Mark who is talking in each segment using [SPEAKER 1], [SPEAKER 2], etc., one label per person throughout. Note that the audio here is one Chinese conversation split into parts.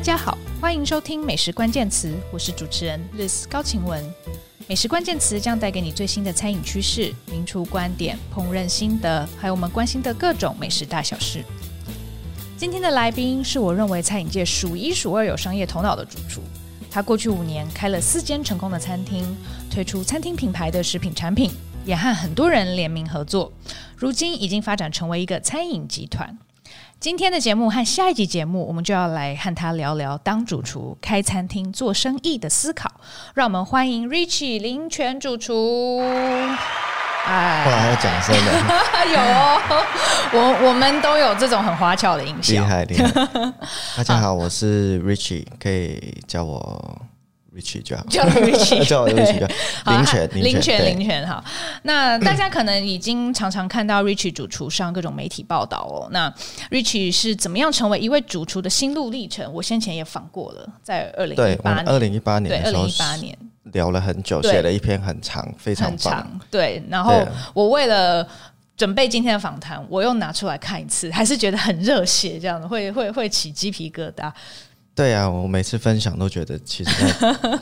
[SPEAKER 1] 家好，欢迎收听《美食关键词》，我是主持人 Liz 高晴雯。美食关键词将带给你最新的餐饮趋势、名厨观点、烹饪心得，还有我们关心的各种美食大小事。今天的来宾是我认为餐饮界数一数二有商业头脑的主厨，他过去五年开了四间成功的餐厅，推出餐厅品牌的食品产品，也和很多人联名合作，如今已经发展成为一个餐饮集团。今天的节目和下一集节目，我们就要来和他聊聊当主厨、开餐厅、做生意的思考。让我们欢迎 Richie 林泉主厨。
[SPEAKER 2] 后
[SPEAKER 1] 哎，
[SPEAKER 2] 来要掌声 啊了，
[SPEAKER 1] 有哦，我我们都有这种很花俏的音
[SPEAKER 2] 厉
[SPEAKER 1] 效。
[SPEAKER 2] 害 厉害！大家
[SPEAKER 1] 啊
[SPEAKER 2] 好，我是 Richie，可以叫我 Richie 就好，
[SPEAKER 1] 叫 Richie，
[SPEAKER 2] 叫我 Richie 就好。
[SPEAKER 1] 好
[SPEAKER 2] 林权，
[SPEAKER 1] 林
[SPEAKER 2] 权，
[SPEAKER 1] 权，
[SPEAKER 2] 对
[SPEAKER 1] 林权。好，那大家可能已经常常看到 Richie 主厨上各种媒体报道哦。那 Richie 是怎么样成为一位主厨的心路历程？我先前也访过了，在二零一
[SPEAKER 2] 对，我
[SPEAKER 1] 八
[SPEAKER 2] 们二
[SPEAKER 1] 年，
[SPEAKER 2] 零一八
[SPEAKER 1] 对，二
[SPEAKER 2] 年的时
[SPEAKER 1] 零
[SPEAKER 2] 候
[SPEAKER 1] 一八年
[SPEAKER 2] 聊了很久，
[SPEAKER 1] 对
[SPEAKER 2] 写了一篇很长，非常
[SPEAKER 1] 很
[SPEAKER 2] 棒。
[SPEAKER 1] 长，对。然后
[SPEAKER 2] 对啊
[SPEAKER 1] 我为了准备今天的访谈，我又拿出来看一次，还是觉得很热血，这样子会会会起鸡皮疙瘩。
[SPEAKER 2] 对啊，我每次分享都觉得，其实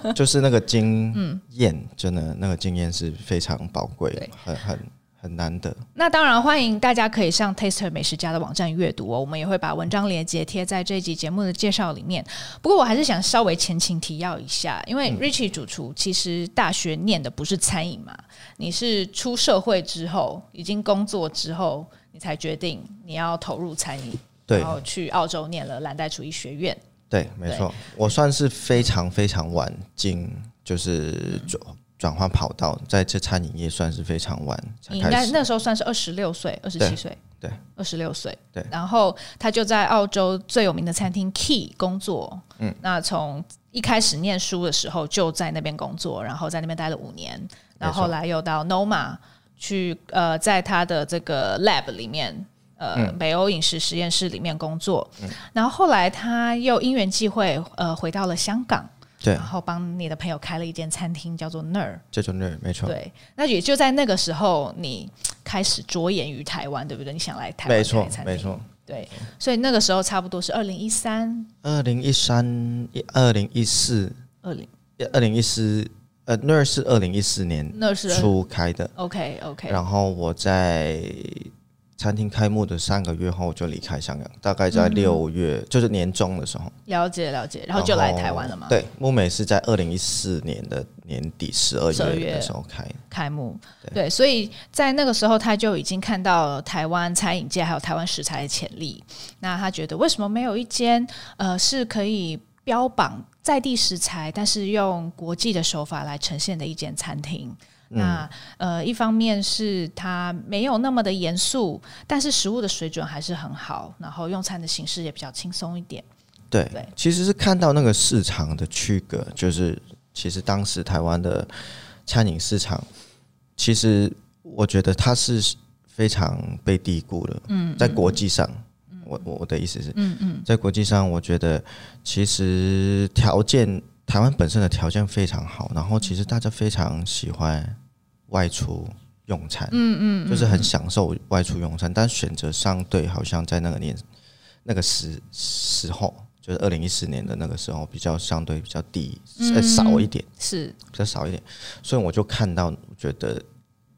[SPEAKER 2] 那就是那个经验，真的那个经验是非常宝贵
[SPEAKER 1] 嗯对，
[SPEAKER 2] 很很很难得。
[SPEAKER 1] 那当然，欢迎大家可以上 Taster 美食家的网站阅读哦，我们也会把文章连接贴在这一集节目的介绍里面。不过，我还是想稍微前情提要一下，因为 Richie 主厨其实大学念的不是餐饮嘛，你是出社会之后，已经工作之后，你才决定你要投入餐饮，
[SPEAKER 2] 对
[SPEAKER 1] 然后去澳洲念了蓝带厨艺学院。
[SPEAKER 2] 对，没错，我算是非常非常晚进，就是转转换跑道，在这餐饮业算是非常晚才
[SPEAKER 1] 你应
[SPEAKER 2] 开
[SPEAKER 1] 该
[SPEAKER 2] 始。
[SPEAKER 1] 那时候算是二十六岁、二十七岁，
[SPEAKER 2] 对，
[SPEAKER 1] 二十六岁，
[SPEAKER 2] 对。
[SPEAKER 1] 然后他就在澳洲最有名的餐厅 Key 工作，嗯，那从一开始念书的时候就在那边工作，然后在那边待了五年，然后后来又到 Noma 去呃，在他的这个 lab 里面。呃，
[SPEAKER 2] 嗯
[SPEAKER 1] 北欧饮食实验室里面工作，然后后来他又因缘际会，呃，回到了香港，
[SPEAKER 2] 对
[SPEAKER 1] 然，后帮你的朋友开了一间餐厅，叫做 Ner。
[SPEAKER 2] 这种人没错，
[SPEAKER 1] 对，那也就在那个时候，你开始着眼于台湾，对不对？你想来台湾
[SPEAKER 2] 没错
[SPEAKER 1] 开餐，厅
[SPEAKER 2] 没。错。
[SPEAKER 1] 对，所以那个时候差不多是二零一三、
[SPEAKER 2] 二零一三、一二零一四、
[SPEAKER 1] 二零，
[SPEAKER 2] 二零一四，呃，那是二零一四年
[SPEAKER 1] 那是
[SPEAKER 2] 初开的。
[SPEAKER 1] OK OK
[SPEAKER 2] 然后我在餐厅开幕的三个月后我就离开香港，大概在六月，就是年中的时候。
[SPEAKER 1] 了解了解，然后就来台湾了嘛？，
[SPEAKER 2] 对，木美是在二零一四年的年底十二
[SPEAKER 1] 12月
[SPEAKER 2] 月的时候开。
[SPEAKER 1] 开幕对，所以在那个时候他就已经看到台湾餐饮界还有台湾食材的潜力。那他觉得为什么没有一间呃是可以标榜在地食材，但是用国际的手法来呈现的一间餐厅？
[SPEAKER 2] 嗯
[SPEAKER 1] 那呃，一方面是它没有那么的严肃，但是食物的水准还是很好，然后用餐的形式也比较轻松一点。
[SPEAKER 2] 对，
[SPEAKER 1] 对
[SPEAKER 2] 其实是看到那个市场的区隔，就是其实当时台湾的餐饮市场，其实我觉得它是非常被低估的。嗯，在国际上，我我我的意思是，嗯嗯，在国际上，我觉得其实条件台湾本身的条件非常好，然后其实大家非常喜欢外出。用餐，嗯嗯，就是很享受外出用餐，但选择相对好像在那个年那个时时候，就是二零一四年的那个时候，比较相对比较低，呃、少一点，
[SPEAKER 1] 是
[SPEAKER 2] 比较少一点，所以我就看到，我觉得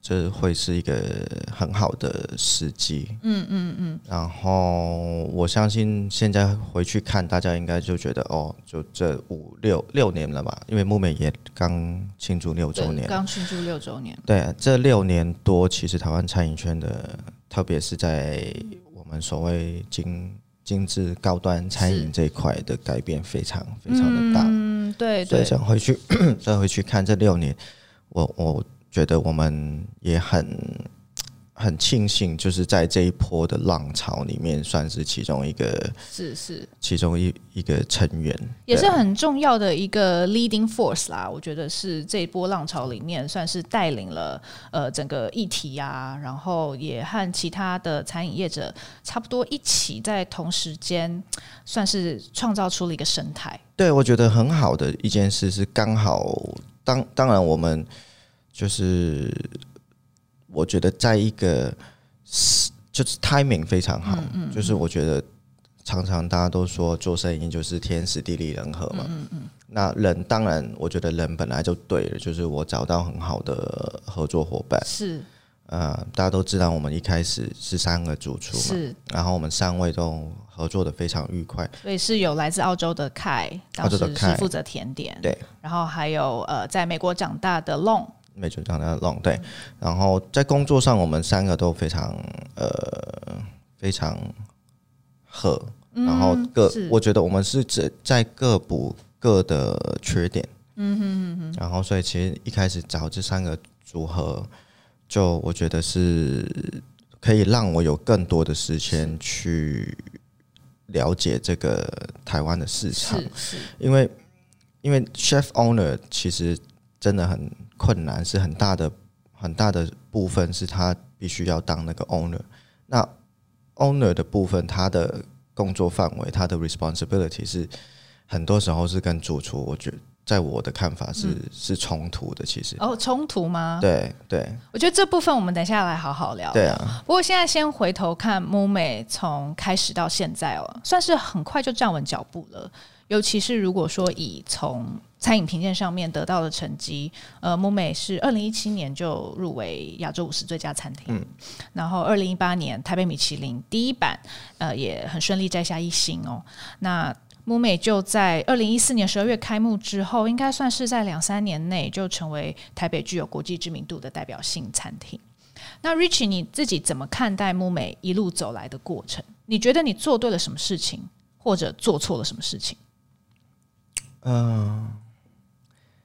[SPEAKER 2] 这会是一个很好的时机。嗯嗯嗯。然后我相信现在回去看，大家应该就觉得哦，就这五六六年了吧，因为木美也刚庆祝六周
[SPEAKER 1] 对
[SPEAKER 2] 年，
[SPEAKER 1] 刚庆祝六周年，
[SPEAKER 2] 对，这六年多，其实台湾餐饮圈的，特别是在我们所谓精精致高端餐饮这一块的改变非常非常的大，
[SPEAKER 1] 嗯，对
[SPEAKER 2] 所以
[SPEAKER 1] 对，
[SPEAKER 2] 想回去 再回去看这六年，我我觉得我们也很很庆幸，就是在这一波的浪潮里面，算是其中一个
[SPEAKER 1] 是是。
[SPEAKER 2] 其中一一个成员，
[SPEAKER 1] 也
[SPEAKER 2] 对
[SPEAKER 1] 是很重要的一个 leading force 啦，我觉得是这一波浪潮里面算是带领了呃整个议题啊，然后也和其他的餐饮业者差不多一起在同时间算是创造出了一个生态。
[SPEAKER 2] 对，我觉得很好的一件事是，刚好当当然我们就是，我嗯觉得在一个时就是 timing 非常好，就是我觉得常常大家都说做生意就是天时地利人和嘛。嗯嗯那人当然，我觉得人本来就对了，就是我找到很好的合作伙伴。
[SPEAKER 1] 是
[SPEAKER 2] 呃，大家都知道我们一开始是三个主厨嘛，
[SPEAKER 1] 是，
[SPEAKER 2] 然后我们三位都合作的非常愉快。
[SPEAKER 1] 所以是有来自澳洲的凯，当
[SPEAKER 2] 澳洲的
[SPEAKER 1] 时是
[SPEAKER 2] Kai，
[SPEAKER 1] 负责甜点，
[SPEAKER 2] 对，
[SPEAKER 1] 然后还有呃在美国长大的 Long，
[SPEAKER 2] 美酒厂的 Long 对，然后在工作上我们三个都非常呃非常合，然后各、
[SPEAKER 1] 是
[SPEAKER 2] 我觉得我们嗯是在在各补各的缺点，嗯哼哼然后所以其实一开始找这三个组合，就我觉得是可以让我有更多的时间去了解这个台湾的市场，
[SPEAKER 1] 是是
[SPEAKER 2] 因为因为 chef owner 其实真的很困难，是很大的很大的部分是他必须要当那个 owner。那 owner 的部分，他的工作范围，他的 responsibility 是很多时候是跟主厨，我觉得在我的看法是、是冲突的。其实，
[SPEAKER 1] 嗯哦冲突吗？
[SPEAKER 2] 对对
[SPEAKER 1] 我觉得这部分我们等一下来好好聊。
[SPEAKER 2] 对啊，
[SPEAKER 1] 不过现在先回头看 m 美从开始到现在哦，算是很快就站稳脚步了。尤其是如果说以从餐饮评鉴上面得到的成绩，呃 m 美是二零一七年就入围亚洲五十最佳餐厅，然后二零一八年台北米其林第一版，呃，也很顺利摘下一星哦。那 m 美就在二零一四年十二月开幕之后，应该算是在两三年内就成为台北具有国际知名度的代表性餐厅。那 Richie 你自己怎么看待木美一路走来的过程？你觉得你做对了什么事情，或者做错了什么事情？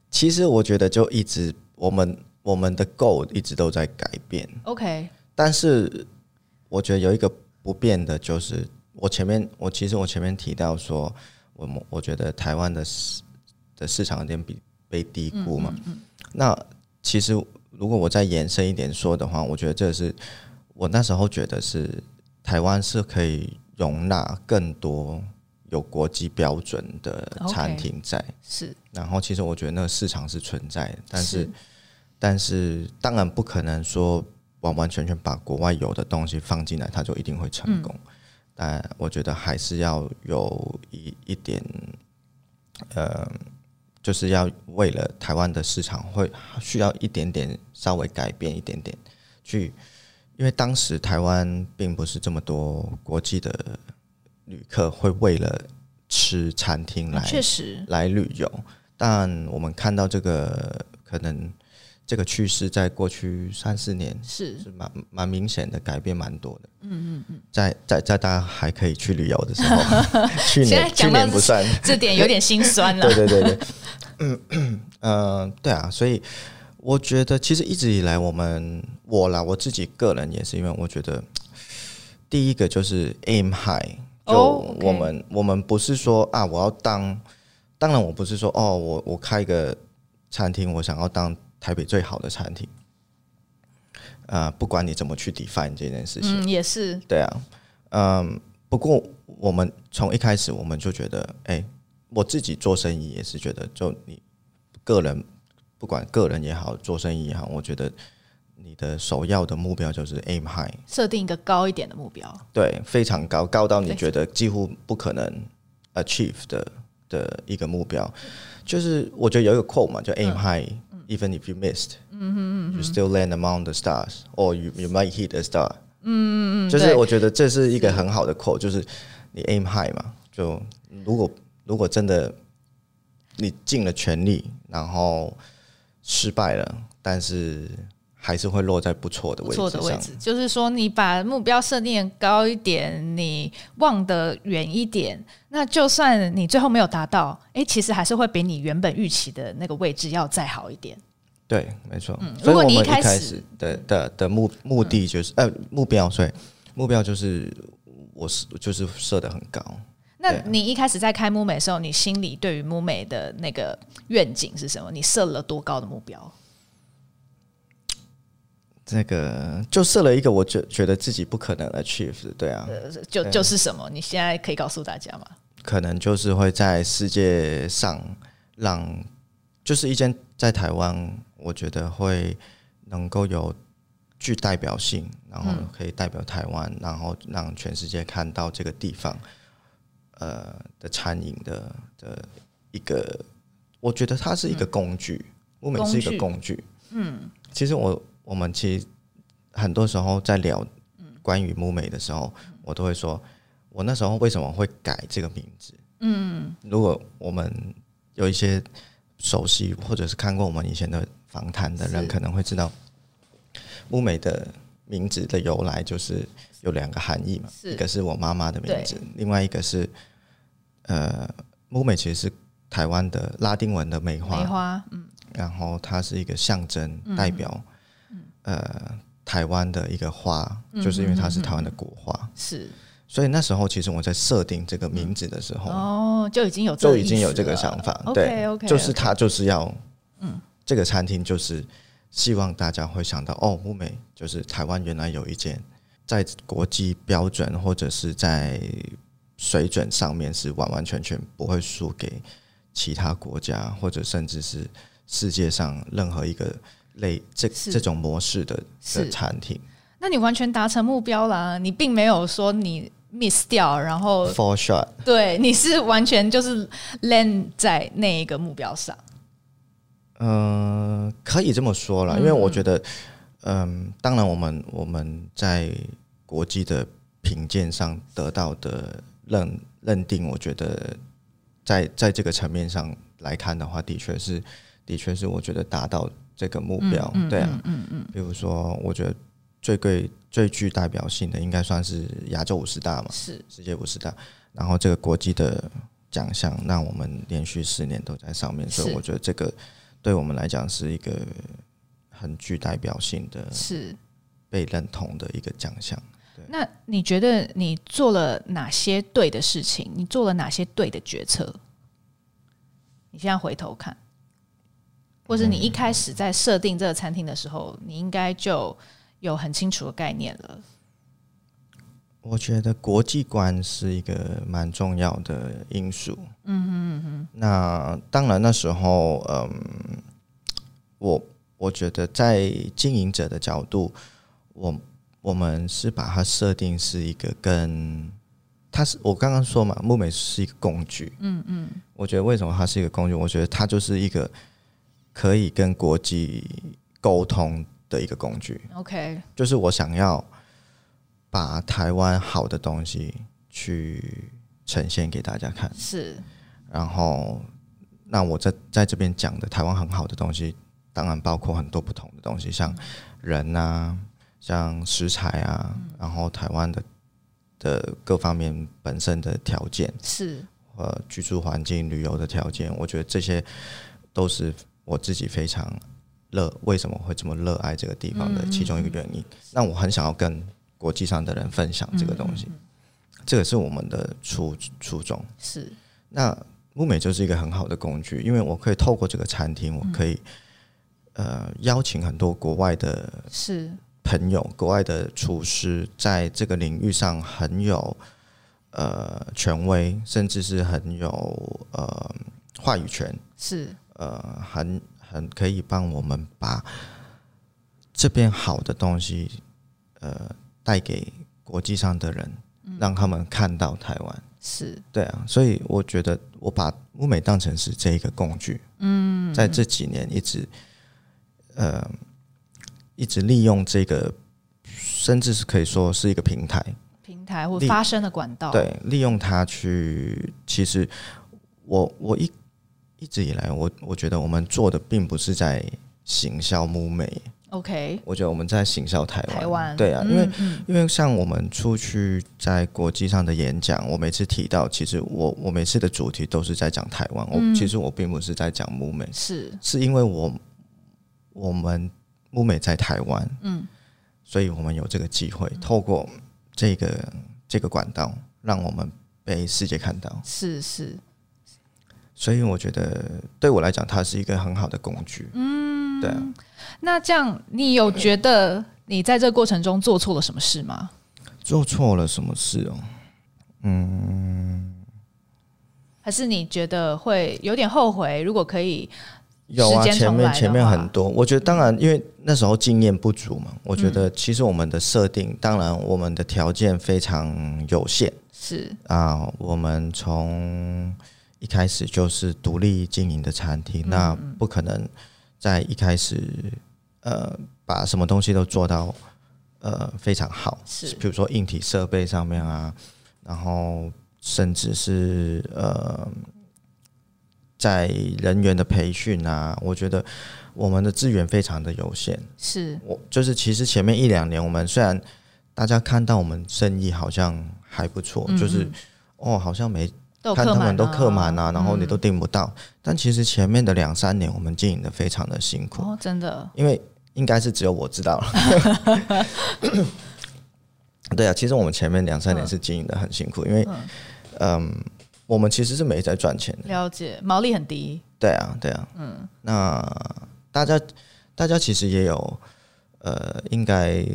[SPEAKER 2] 其实我觉得就一直我们我们的 goal 一直都在改变。
[SPEAKER 1] OK，
[SPEAKER 2] 但是我觉得有一个不变的，就是我前面我其实我前面提到说，我们我觉得台湾的市的市场有点比被低估嘛。那其实如果我再延伸一点说的话，我觉得这是我那时候觉得是台湾是可以容纳更多有国际标准的
[SPEAKER 1] OK
[SPEAKER 2] 餐厅在。
[SPEAKER 1] 是
[SPEAKER 2] 然后其实我觉得那个市场是存在的，但是但是当然不可能说完完全全把国外有的东西放进来，它就一定会成功。但我觉得还是要有一一点，呃，就是要为了台湾的市场会需要一点点稍微改变一点点去，因为当时台湾并不是这么多国际的旅客会为了吃餐厅来
[SPEAKER 1] 确实
[SPEAKER 2] 来旅游，但我们看到这个可能这个趋势在过去三四年
[SPEAKER 1] 是
[SPEAKER 2] 是蛮蛮明显的改变蛮多的。嗯嗯嗯，在在在大家还可以去旅游的 时候，去
[SPEAKER 1] 现在讲
[SPEAKER 2] 年去
[SPEAKER 1] 到
[SPEAKER 2] 年不算，
[SPEAKER 1] 这点有点心酸了
[SPEAKER 2] 对。对对对，嗯嗯、呃，对啊，所以我觉得其实一直以来我们我啦我自己个人也是，因为我觉得第一个就是 aim high，就
[SPEAKER 1] 哦，OK
[SPEAKER 2] 我们、我们不是说啊我要当，当然我不是说哦我我开一个餐厅，我想要当台北最好的餐厅，呃，不管你怎么去 define 这件事情，
[SPEAKER 1] 嗯，也是
[SPEAKER 2] 对啊，嗯，不过我们从一开始我们就觉得，哎、我自己做生意也是觉得，就你个人不管个人也好，做生意也好，我觉得你的首要的目标就是 aim high，
[SPEAKER 1] 设定一个高一点的目标。
[SPEAKER 2] 对，非常高，高到你
[SPEAKER 1] 对
[SPEAKER 2] 觉得几乎不可能 achieve 的的一个目标，就是我觉得有一个 quote 嘛，就
[SPEAKER 1] 嗯
[SPEAKER 2] aim high、even if you missed，嗯哼嗯
[SPEAKER 1] Mm-hmm,
[SPEAKER 2] you still land among the stars or you you might hit a star。嗯
[SPEAKER 1] Mm-hmm,
[SPEAKER 2] 嗯，就是
[SPEAKER 1] 对
[SPEAKER 2] 我觉得这是一个很好的 quote，就是你 aim high 嘛，就如果如果真的你尽了全力，然后失败了，但是还是会落在不错的
[SPEAKER 1] 不
[SPEAKER 2] 位
[SPEAKER 1] 错
[SPEAKER 2] 置
[SPEAKER 1] 的
[SPEAKER 2] 上。
[SPEAKER 1] 位置，就是说你把目标设定得高一点，你望得远一点，那就算你最后没有达到，诶，其实还是会比你原本预期的那个位置要再好一点。
[SPEAKER 2] 对，没错。
[SPEAKER 1] 嗯如
[SPEAKER 2] 所以
[SPEAKER 1] 果
[SPEAKER 2] 我们
[SPEAKER 1] 你一
[SPEAKER 2] 一
[SPEAKER 1] 开始
[SPEAKER 2] 开
[SPEAKER 1] 嗯
[SPEAKER 2] 始的的的目目的就是、呃目标，所以目标就是我是就是设的很高。
[SPEAKER 1] 那
[SPEAKER 2] 对啊
[SPEAKER 1] 你一开始在开木美的时候，你心里对于木美的那个愿景是什么？你设了多高的目标？
[SPEAKER 2] 这个就设了一个我觉觉得自己不可能 achieve 的，对啊，
[SPEAKER 1] 呃，就就是什么？你现在可以告诉大家吗？
[SPEAKER 2] 可能就是会在世界上让，就是一间在台湾，我觉得会能够有具代表性，然后可以代表台湾，然后让全世界看到这个地方。呃的餐饮的的一个，我觉得它是一个工具，物美是一个工具。嗯，其实我我们其实很多时候在聊关于木美的时候，我都会说，我那时候为什么会改这个名字？嗯，如果我们有一些熟悉或者是看过我们以前的访谈的人，
[SPEAKER 1] 是
[SPEAKER 2] 可能会知道木美的名字的由来就是有两个含义嘛，
[SPEAKER 1] 是
[SPEAKER 2] 一个是我妈妈的名字，另外一个是呃，木美其实是台湾的拉丁文的梅
[SPEAKER 1] 梅花，嗯，
[SPEAKER 2] 然后它是一个象征，代表、
[SPEAKER 1] 嗯
[SPEAKER 2] 呃台湾的一个花，就是因为它
[SPEAKER 1] 嗯
[SPEAKER 2] 是台湾的国花，
[SPEAKER 1] 是
[SPEAKER 2] 所以那时候其实我在设定这个名字的时候，
[SPEAKER 1] 哦，就已经有
[SPEAKER 2] 就已经有这个想法，对
[SPEAKER 1] OK，
[SPEAKER 2] 就是它就是要，嗯，这个餐厅就是希望大家会想到哦，木美就是台湾原来有一间在国际标准或者是在水准上面是完完全全不会输给其他国家，或者甚至是世界上任何一个类这
[SPEAKER 1] 是
[SPEAKER 2] 这种模式的的
[SPEAKER 1] 是。
[SPEAKER 2] 餐厅。
[SPEAKER 1] 那你完全达成目标啦，你并没有说你 miss 掉，然 后
[SPEAKER 2] For sure，
[SPEAKER 1] 对，你是完全就是 land 在那一个目标上。
[SPEAKER 2] 嗯、可以这么说啦，因为我觉得，嗯、当然我们我们在国际的评鉴上得到的认认定，我觉得在在这个层面上来看的话，的确是的确是我觉得达到这个目标，对啊，嗯嗯，比如说我觉得最贵最具代表性的应该算是亚洲五十大嘛，
[SPEAKER 1] 是
[SPEAKER 2] 世界五十大，然后这个国际的奖项，那我们连续四年都在上面，所以
[SPEAKER 1] 是
[SPEAKER 2] 我觉得这个对我们来讲是一个很具代表性的、
[SPEAKER 1] 是，
[SPEAKER 2] 被认同的一个奖项。
[SPEAKER 1] 那你觉得你做了哪些对的事情？你做了哪些对的决策？你现在回头看，或是你一开始在设定这个餐厅的时候，你应该就有很清楚的概念了。
[SPEAKER 2] 我觉得国际观是一个蛮重要的因素。嗯嗯嗯。那当然，那时候，嗯，我我觉得在经营者的角度，我我们是把它设定是一个跟它是我刚刚说嘛，木美是一个工具。嗯嗯。我觉得为什么它是一个工具？我觉得它就是一个可以跟国际沟通的一个工具。
[SPEAKER 1] OK，
[SPEAKER 2] 就是我想要把台湾好的东西去呈现给大家看，
[SPEAKER 1] 是
[SPEAKER 2] 然后那我在在这边讲的台湾很好的东西，当然包括很多不同的东西，像人啊，像食材啊，然后台湾的的各方面本身的条件，
[SPEAKER 1] 是
[SPEAKER 2] 呃，居住环境、旅游的条件，我觉得这些都是我自己非常热，为什么会这么热爱这个地方的其中一个原因。那我很想要跟国际上的人分享这个东西，这个是我们的初初衷。
[SPEAKER 1] 是
[SPEAKER 2] 那木美就是一个很好的工具，因为我可以透过这个餐厅，我可以、呃邀请很多国外的
[SPEAKER 1] 是
[SPEAKER 2] 朋友，国外的厨师在这个领域上很有呃权威，甚至是很有呃话语权，
[SPEAKER 1] 是
[SPEAKER 2] 呃，很很可以帮我们把这边好的东西呃带给国际上的人，让他们看到台湾。
[SPEAKER 1] 是
[SPEAKER 2] 对啊，所以我觉得我把物美当成是这一个工具，嗯，在这几年一直，呃，一直利用这个，甚至是可以说是一个平台，
[SPEAKER 1] 平台或
[SPEAKER 2] 例
[SPEAKER 1] 发声的管道。，
[SPEAKER 2] 对，利用它去，其实我我一一直以来，我我觉得我们做的并不是在行销物美，
[SPEAKER 1] OK，
[SPEAKER 2] 我觉得我们在行销台湾，
[SPEAKER 1] 台湾
[SPEAKER 2] 对啊，因为
[SPEAKER 1] 嗯
[SPEAKER 2] 因为像我们出去在国际上的演讲，我每次提到，其实我我每次的主题都是在讲台湾，我、
[SPEAKER 1] 嗯
[SPEAKER 2] 其实我并不是在讲木美，
[SPEAKER 1] 是
[SPEAKER 2] 是因为我我们木美在台湾，嗯，所以我们有这个机会，
[SPEAKER 1] 嗯
[SPEAKER 2] 透过这个这个管道，让我们被世界看到，
[SPEAKER 1] 是是
[SPEAKER 2] 所以我觉得对我来讲，它是一个很好的工具，嗯，对啊。
[SPEAKER 1] 那这样，你有觉得你在这个过程中做错了什么事吗？
[SPEAKER 2] 做错了什么事哦？
[SPEAKER 1] 还是你觉得会有点后悔？如果可以，
[SPEAKER 2] 有啊，
[SPEAKER 1] 时间
[SPEAKER 2] 前
[SPEAKER 1] 重来的
[SPEAKER 2] 面
[SPEAKER 1] 话嗯
[SPEAKER 2] 前面很多，我觉得当然，因为那时候经验不足嘛，我觉得其实我们的设定，当然我们的条件非常有限，
[SPEAKER 1] 是
[SPEAKER 2] 啊，我们从一开始就是独立经营的餐厅，那不可能在一开始呃把什么东西都做到呃非常好，
[SPEAKER 1] 是
[SPEAKER 2] 比如说硬体设备上面啊，然后甚至是呃在人员的培训啊，我觉得我们的资源非常的有限。
[SPEAKER 1] 是
[SPEAKER 2] 我就是其实前面一两年，我们虽然大家看到我们生意好像还不错，
[SPEAKER 1] 嗯
[SPEAKER 2] 就是
[SPEAKER 1] 嗯
[SPEAKER 2] 哦，好像没
[SPEAKER 1] 都有
[SPEAKER 2] 看
[SPEAKER 1] 客
[SPEAKER 2] 他
[SPEAKER 1] 满
[SPEAKER 2] 们都客满
[SPEAKER 1] 啊，
[SPEAKER 2] 啊，然后你都订不到。但其实前面的两三年，我们经营的非常的辛苦，
[SPEAKER 1] 哦，真的
[SPEAKER 2] 因为应该是只有我知道了。 对啊，其实我们前面两
[SPEAKER 1] 嗯
[SPEAKER 2] 三年是经营的很辛苦，因为嗯、我们其实是没在赚钱的。
[SPEAKER 1] 了解，毛利很低，
[SPEAKER 2] 对啊，对啊，嗯，那大家大家其实也有呃，应该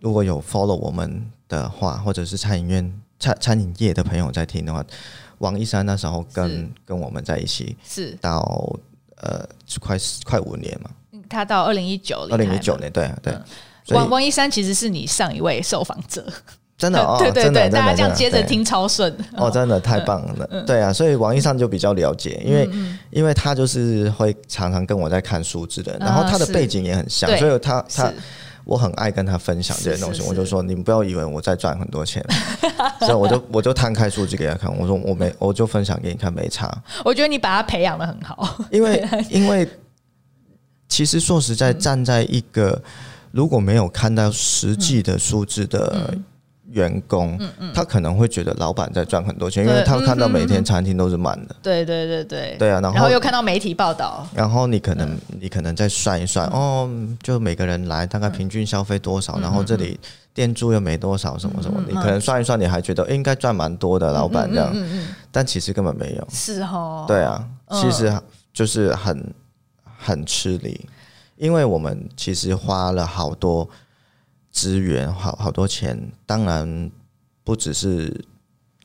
[SPEAKER 2] 如果有 follow 我们的话，或者是餐饮院餐餐饮业的朋友在听的话，王一山那时候
[SPEAKER 1] 是
[SPEAKER 2] 跟跟我们在一起
[SPEAKER 1] 是
[SPEAKER 2] 到呃快快五年嘛，
[SPEAKER 1] 他到二零一九，
[SPEAKER 2] 二零一九。年，对啊对啊，所
[SPEAKER 1] 嗯王
[SPEAKER 2] 以
[SPEAKER 1] 王一山其实是你上一位受访者，
[SPEAKER 2] 真的哦，
[SPEAKER 1] 对对
[SPEAKER 2] 真的
[SPEAKER 1] 对，大家这样接着。
[SPEAKER 2] 真的对
[SPEAKER 1] 听嗯超顺，
[SPEAKER 2] 哦，真的太棒了！对啊，所以王一山就比较了解，因为、
[SPEAKER 1] 嗯
[SPEAKER 2] 因为他就是会常常跟我在看数字的，然后
[SPEAKER 1] 啊
[SPEAKER 2] 他的
[SPEAKER 1] 是
[SPEAKER 2] 背景也很像，
[SPEAKER 1] 对
[SPEAKER 2] 所以他他
[SPEAKER 1] 是
[SPEAKER 2] 我很爱跟他分享这些东西，
[SPEAKER 1] 是是是
[SPEAKER 2] 我就说你们不要以为我在赚很多钱， 所以我就我就摊开数据给他看，我说我没我就分享给你看没差，
[SPEAKER 1] 我觉得你把他培养的很好，
[SPEAKER 2] 因为因为其实说实在，站在一个如果没有看到实际的数字的员工，他可能会觉得老板在赚很多钱，因为
[SPEAKER 1] 嗯对嗯
[SPEAKER 2] 他看到每天餐厅都是满的，
[SPEAKER 1] 对对对对，
[SPEAKER 2] 对啊，然
[SPEAKER 1] 然后
[SPEAKER 2] 后
[SPEAKER 1] 又看到媒体报道，
[SPEAKER 2] 然后你可能你可能再算一算，哦，就每个人来大概平均消费多少，然后这里店租又没多少，什么什么，你可能算一算，你还觉得诶应该赚蛮多的，老板这样，但其实根本没有。
[SPEAKER 1] 是哦，
[SPEAKER 2] 对啊，
[SPEAKER 1] 嗯
[SPEAKER 2] 其实就是很很吃力，因为我们其实花了好多资源，好好多钱，当然不只是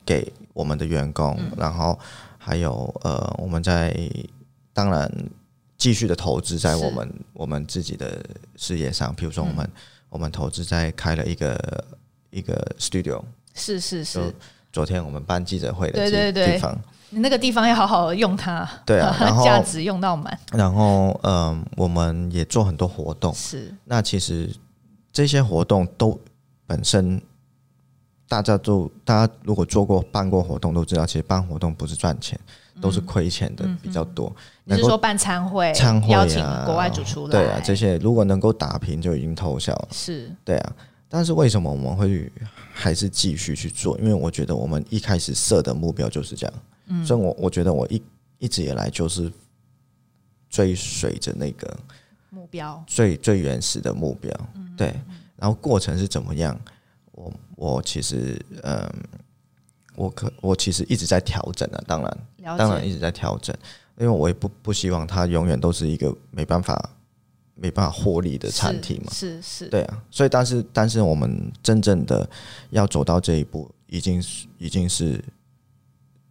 [SPEAKER 2] 给我们的员工，
[SPEAKER 1] 嗯
[SPEAKER 2] 然后还有呃，我们在当然继续的投资在
[SPEAKER 1] 是嗯
[SPEAKER 2] 我们我们自己的事业上，比如说我们、我们投资在开了一个一个 studio，
[SPEAKER 1] 是是是
[SPEAKER 2] 就，昨天我们办记者会的
[SPEAKER 1] 对
[SPEAKER 2] 地
[SPEAKER 1] 对对
[SPEAKER 2] 地方，
[SPEAKER 1] 你那个地方要好好用它，
[SPEAKER 2] 对 啊然后
[SPEAKER 1] 价值用到满，
[SPEAKER 2] 然后，嗯，我们也做很多活动。
[SPEAKER 1] 是
[SPEAKER 2] 那其实这些活动都本身，大家都大家如果做过办过活动都知道，其实办活动不是赚钱，
[SPEAKER 1] 嗯
[SPEAKER 2] 都是亏钱的比较多。
[SPEAKER 1] 你
[SPEAKER 2] 能
[SPEAKER 1] 是
[SPEAKER 2] 够
[SPEAKER 1] 说办餐会，
[SPEAKER 2] 参会
[SPEAKER 1] 嗯邀请
[SPEAKER 2] 啊，
[SPEAKER 1] 国外主厨来，
[SPEAKER 2] 对啊，这些如果能够打平就已经偷笑了。
[SPEAKER 1] 是
[SPEAKER 2] 对啊，但是为什么我们会还是继续去做？因为我觉得我们一开始设的目标就是这样，嗯，所以我我觉得我一一直以来就是追随着那个
[SPEAKER 1] 目标，
[SPEAKER 2] 最最原始的目标，
[SPEAKER 1] 嗯
[SPEAKER 2] 对，然后过程是怎么样？我我其实嗯，我可我其实一直在调整啊，当然
[SPEAKER 1] 了
[SPEAKER 2] 当然
[SPEAKER 1] 解，
[SPEAKER 2] 一直在调整，因为我也不不希望它永远都是一个没办法没办法获利的产品嘛，
[SPEAKER 1] 是是是，
[SPEAKER 2] 对啊，所以但是但是我们真正的要走到这一步，已经是已经是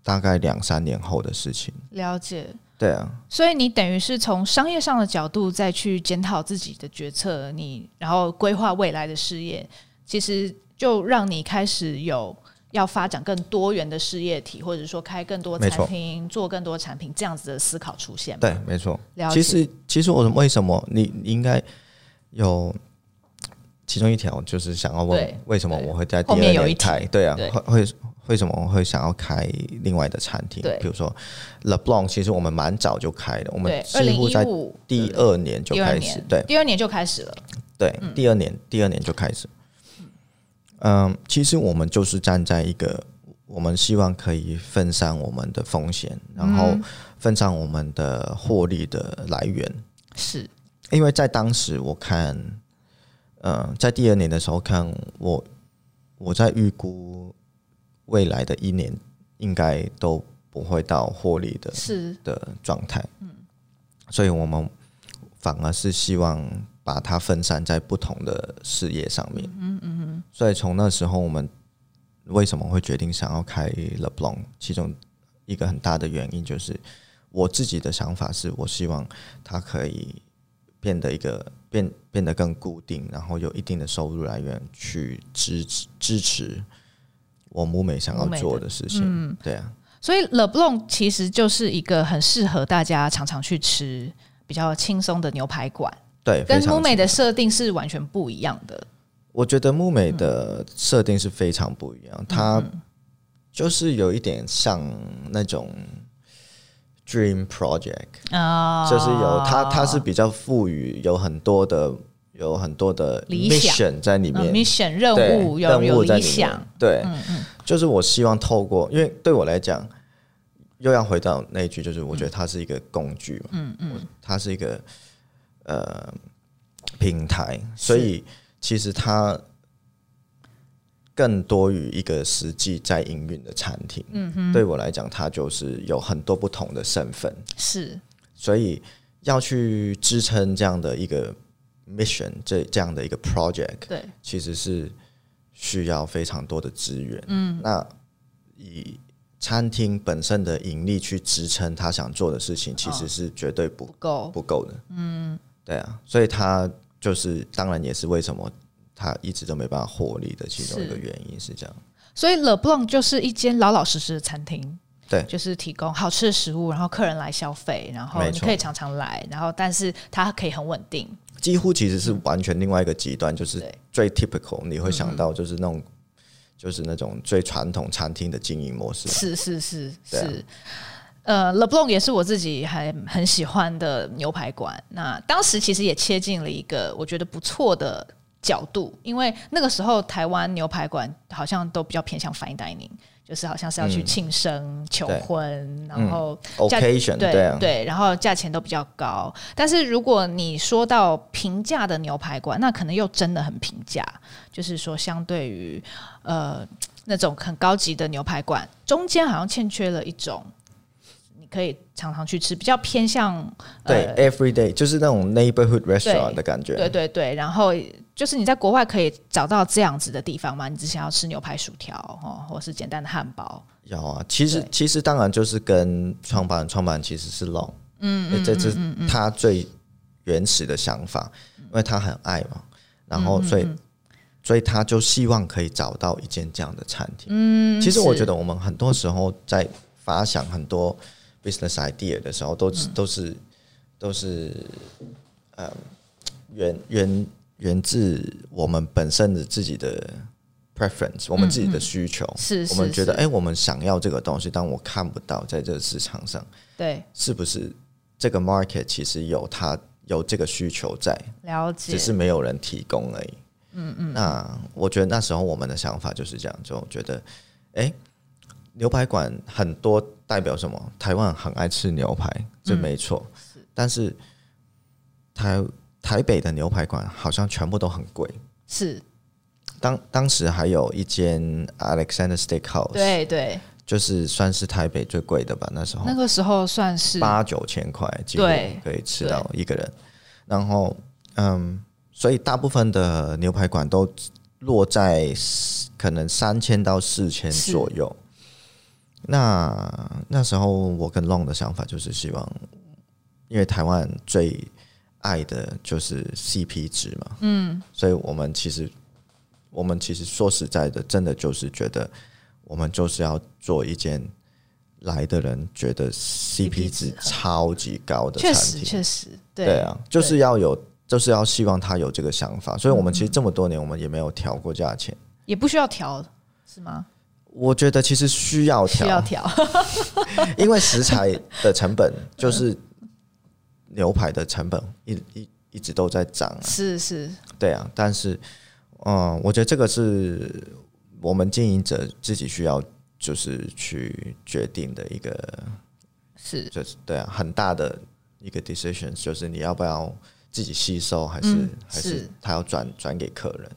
[SPEAKER 2] 大概两三年后的事情。
[SPEAKER 1] 了解。
[SPEAKER 2] 对啊，
[SPEAKER 1] 所以你等于是从商业上的角度再去检讨自己的决策，你然后规划未来的事业，其实就让你开始有要发展更多元的事业体，或者说开更多
[SPEAKER 2] 没错
[SPEAKER 1] 产品、做更多产品这样子的思考出现嘛。
[SPEAKER 2] 对，没错。
[SPEAKER 1] 了解
[SPEAKER 2] 其实其实我为什么你你应该有其中一条就是想要
[SPEAKER 1] 对
[SPEAKER 2] 问为什么我会在第
[SPEAKER 1] 后
[SPEAKER 2] 二
[SPEAKER 1] 面有一
[SPEAKER 2] 年开？对啊，
[SPEAKER 1] 对
[SPEAKER 2] 会会为什么我会想要开另外的餐厅
[SPEAKER 1] 对？
[SPEAKER 2] 比如说 LeBlanc，其实我们蛮早就开了，我们
[SPEAKER 1] 对，二
[SPEAKER 2] 几
[SPEAKER 1] 零
[SPEAKER 2] 乎
[SPEAKER 1] 一
[SPEAKER 2] 在
[SPEAKER 1] 五
[SPEAKER 2] 第二年就
[SPEAKER 1] 第二
[SPEAKER 2] 开始
[SPEAKER 1] 年，，嗯
[SPEAKER 2] 对。
[SPEAKER 1] 第二年就开始了，
[SPEAKER 2] 对，第二年，第二年就开始。嗯，其实我们就是站在一个，我们希望可以分散我们的风险，然后
[SPEAKER 1] 嗯
[SPEAKER 2] 分散我们的获利的来源。
[SPEAKER 1] 是
[SPEAKER 2] 因为在当时我看，呃，在第二年的时候看我，我在预估未来的一年应该都不会到获利的
[SPEAKER 1] 是
[SPEAKER 2] 的状态。
[SPEAKER 1] 嗯
[SPEAKER 2] 所以我们反而是希望把它分散在不同的事业上面。嗯嗯嗯。所以从那时候，我们为什么会决定想要开 LeBlanc？其中一个很大的原因就是我自己的想法是，我希望它可以变得一个变变得更固定，然后有一定的收入来源去支持支持我母美想要
[SPEAKER 1] 母美的
[SPEAKER 2] 做的事情。
[SPEAKER 1] 嗯
[SPEAKER 2] 对啊，
[SPEAKER 1] 所以 Le Blanc 其实就是一个很适合大家常常去吃比较轻松的牛排馆，
[SPEAKER 2] 对，
[SPEAKER 1] 跟
[SPEAKER 2] 非常
[SPEAKER 1] 木美
[SPEAKER 2] 清
[SPEAKER 1] 的设定是完全不一样的。
[SPEAKER 2] 我觉得木美的设定是非常不一样，它
[SPEAKER 1] 嗯
[SPEAKER 2] 就是有一点像那种 dream project，、
[SPEAKER 1] 啊、
[SPEAKER 2] 就是有它它是比较富裕，有很多的有很多的
[SPEAKER 1] 理想
[SPEAKER 2] mission 在里
[SPEAKER 1] 嗯
[SPEAKER 2] 面，
[SPEAKER 1] mission 任
[SPEAKER 2] 对
[SPEAKER 1] 务有
[SPEAKER 2] 任
[SPEAKER 1] 有
[SPEAKER 2] 务在
[SPEAKER 1] 理
[SPEAKER 2] 里面
[SPEAKER 1] 想，，
[SPEAKER 2] 对，就是我希望透过，因为对我来讲，又要回到那一句，就是我觉得它是一个工具嘛，嗯嗯，它是一个呃平台，所以其实它更多于一个实际在营运的产品，嗯哼，对我来讲，它就是有很多不同的身份，
[SPEAKER 1] 是
[SPEAKER 2] 所以要去支撑这样的一个 mission，这这样的一个 project，
[SPEAKER 1] 对，
[SPEAKER 2] 其实是需要非常多的资源。嗯，那以餐厅本身的盈利去支撑他想做的事情，其
[SPEAKER 1] 哦
[SPEAKER 2] 实是绝对不、
[SPEAKER 1] 不够。
[SPEAKER 2] 不够的。嗯，对啊，所以他就是当然也是为什么他一直都没办法获利的其中一个
[SPEAKER 1] 是
[SPEAKER 2] 原因是这样。
[SPEAKER 1] 所以 Le Blanc 就是一间老老实实的餐厅，
[SPEAKER 2] 对
[SPEAKER 1] 就是提供好吃的食物，然后客人来消费，然后
[SPEAKER 2] 没
[SPEAKER 1] 你
[SPEAKER 2] 错
[SPEAKER 1] 可以常常来，然后但是它可以很稳定，
[SPEAKER 2] 几乎其实是完全另外一个极端，就是
[SPEAKER 1] 嗯对嗯
[SPEAKER 2] 最 typical 你会想到就是那种。就是那种最传统餐厅的经营模式，
[SPEAKER 1] 是是是
[SPEAKER 2] 对啊
[SPEAKER 1] 是。呃，LeBlanc 也是我自己还很喜欢的牛排馆。那当时其实也切进了一个我觉得不错的角度，因为那个时候台湾牛排馆好像都比较偏向 fine dining，就是好像是要去庆生、求
[SPEAKER 2] 嗯对
[SPEAKER 1] 婚，然后
[SPEAKER 2] occasion 对啊，
[SPEAKER 1] 对，然后价钱都比较高。但是如果你说到平价的牛排馆，那可能又真的很平价，就是说相对于呃那种很高级的牛排馆，中间好像欠缺了一种你可以常常去吃，比较偏向
[SPEAKER 2] 对、
[SPEAKER 1] 呃
[SPEAKER 2] e v e r y day 就是那种 neighborhood restaurant 的感觉，
[SPEAKER 1] 对对对，然后就是你在国外可以找到这样子的地方嘛？你只想要吃牛排、薯条哦，或是简单的汉堡，
[SPEAKER 2] 有啊，其实
[SPEAKER 1] 对
[SPEAKER 2] 其实当然就是跟创办创办其实是 Long，嗯，嗯这这是他最原始的想法，因为他很爱嘛，然后所以所以他就希望可以找到一间这样的餐厅。嗯，其实我
[SPEAKER 1] 是
[SPEAKER 2] 觉得我们很多时候在发想很多 business idea 的时候，都是都是都是呃源源源自我们本身的自己的 preference，我们自己的需求。
[SPEAKER 1] 是
[SPEAKER 2] 我
[SPEAKER 1] 是
[SPEAKER 2] 们觉得，
[SPEAKER 1] 是
[SPEAKER 2] 哎、我们想要这个东西，但我看不到在这个市场上
[SPEAKER 1] 对，
[SPEAKER 2] 是不是这个 market 其实有它有这个需求在，
[SPEAKER 1] 了解
[SPEAKER 2] 只是没有人提供而已。嗯嗯。那我觉得那时候我们的想法就是这样，就觉得，哎、牛排馆很多代表什么？台湾很爱吃牛排，这没错、但嗯是台台北的牛排馆好像全部都很贵。
[SPEAKER 1] 是，
[SPEAKER 2] 当当时还有一间 Alexander Steakhouse，
[SPEAKER 1] 对对，
[SPEAKER 2] 就是算是台北最贵的吧，那时候
[SPEAKER 1] 那个时候算是
[SPEAKER 2] 八九千块，几乎
[SPEAKER 1] 对
[SPEAKER 2] 可以吃到一个人。然后，嗯，所以大部分的牛排馆都落在可能三千到四千
[SPEAKER 1] 是
[SPEAKER 2] 左右。那那时候我跟 Long 的想法就是希望，因为台湾最爱的就是 CP 值嘛，嗯，所以我们其实我们其实说实在的，真的就是觉得我们就是要做一间来的人觉得 CP 值超级高的
[SPEAKER 1] 确
[SPEAKER 2] 餐
[SPEAKER 1] 实，
[SPEAKER 2] 厅，
[SPEAKER 1] 确实，对
[SPEAKER 2] 对啊，就是要有，就是要希望他有这个想法，所以我们其实这么多年，我们也没有调过价钱。
[SPEAKER 1] 也不需要调，是吗？
[SPEAKER 2] 我觉得其实需要
[SPEAKER 1] 需要
[SPEAKER 2] 调，
[SPEAKER 1] 调，
[SPEAKER 2] 因为食材的成 本就是牛排的成本一一一直都在涨啊，
[SPEAKER 1] 是是，
[SPEAKER 2] 对啊。但是，嗯，我觉得这个是我们经营者自己需要就是去决定的一个
[SPEAKER 1] 是
[SPEAKER 2] 就是对啊，很大的一个 decision，就是你要不要自己吸收，还是、
[SPEAKER 1] 嗯
[SPEAKER 2] 还是
[SPEAKER 1] 是
[SPEAKER 2] 他要转转给客人？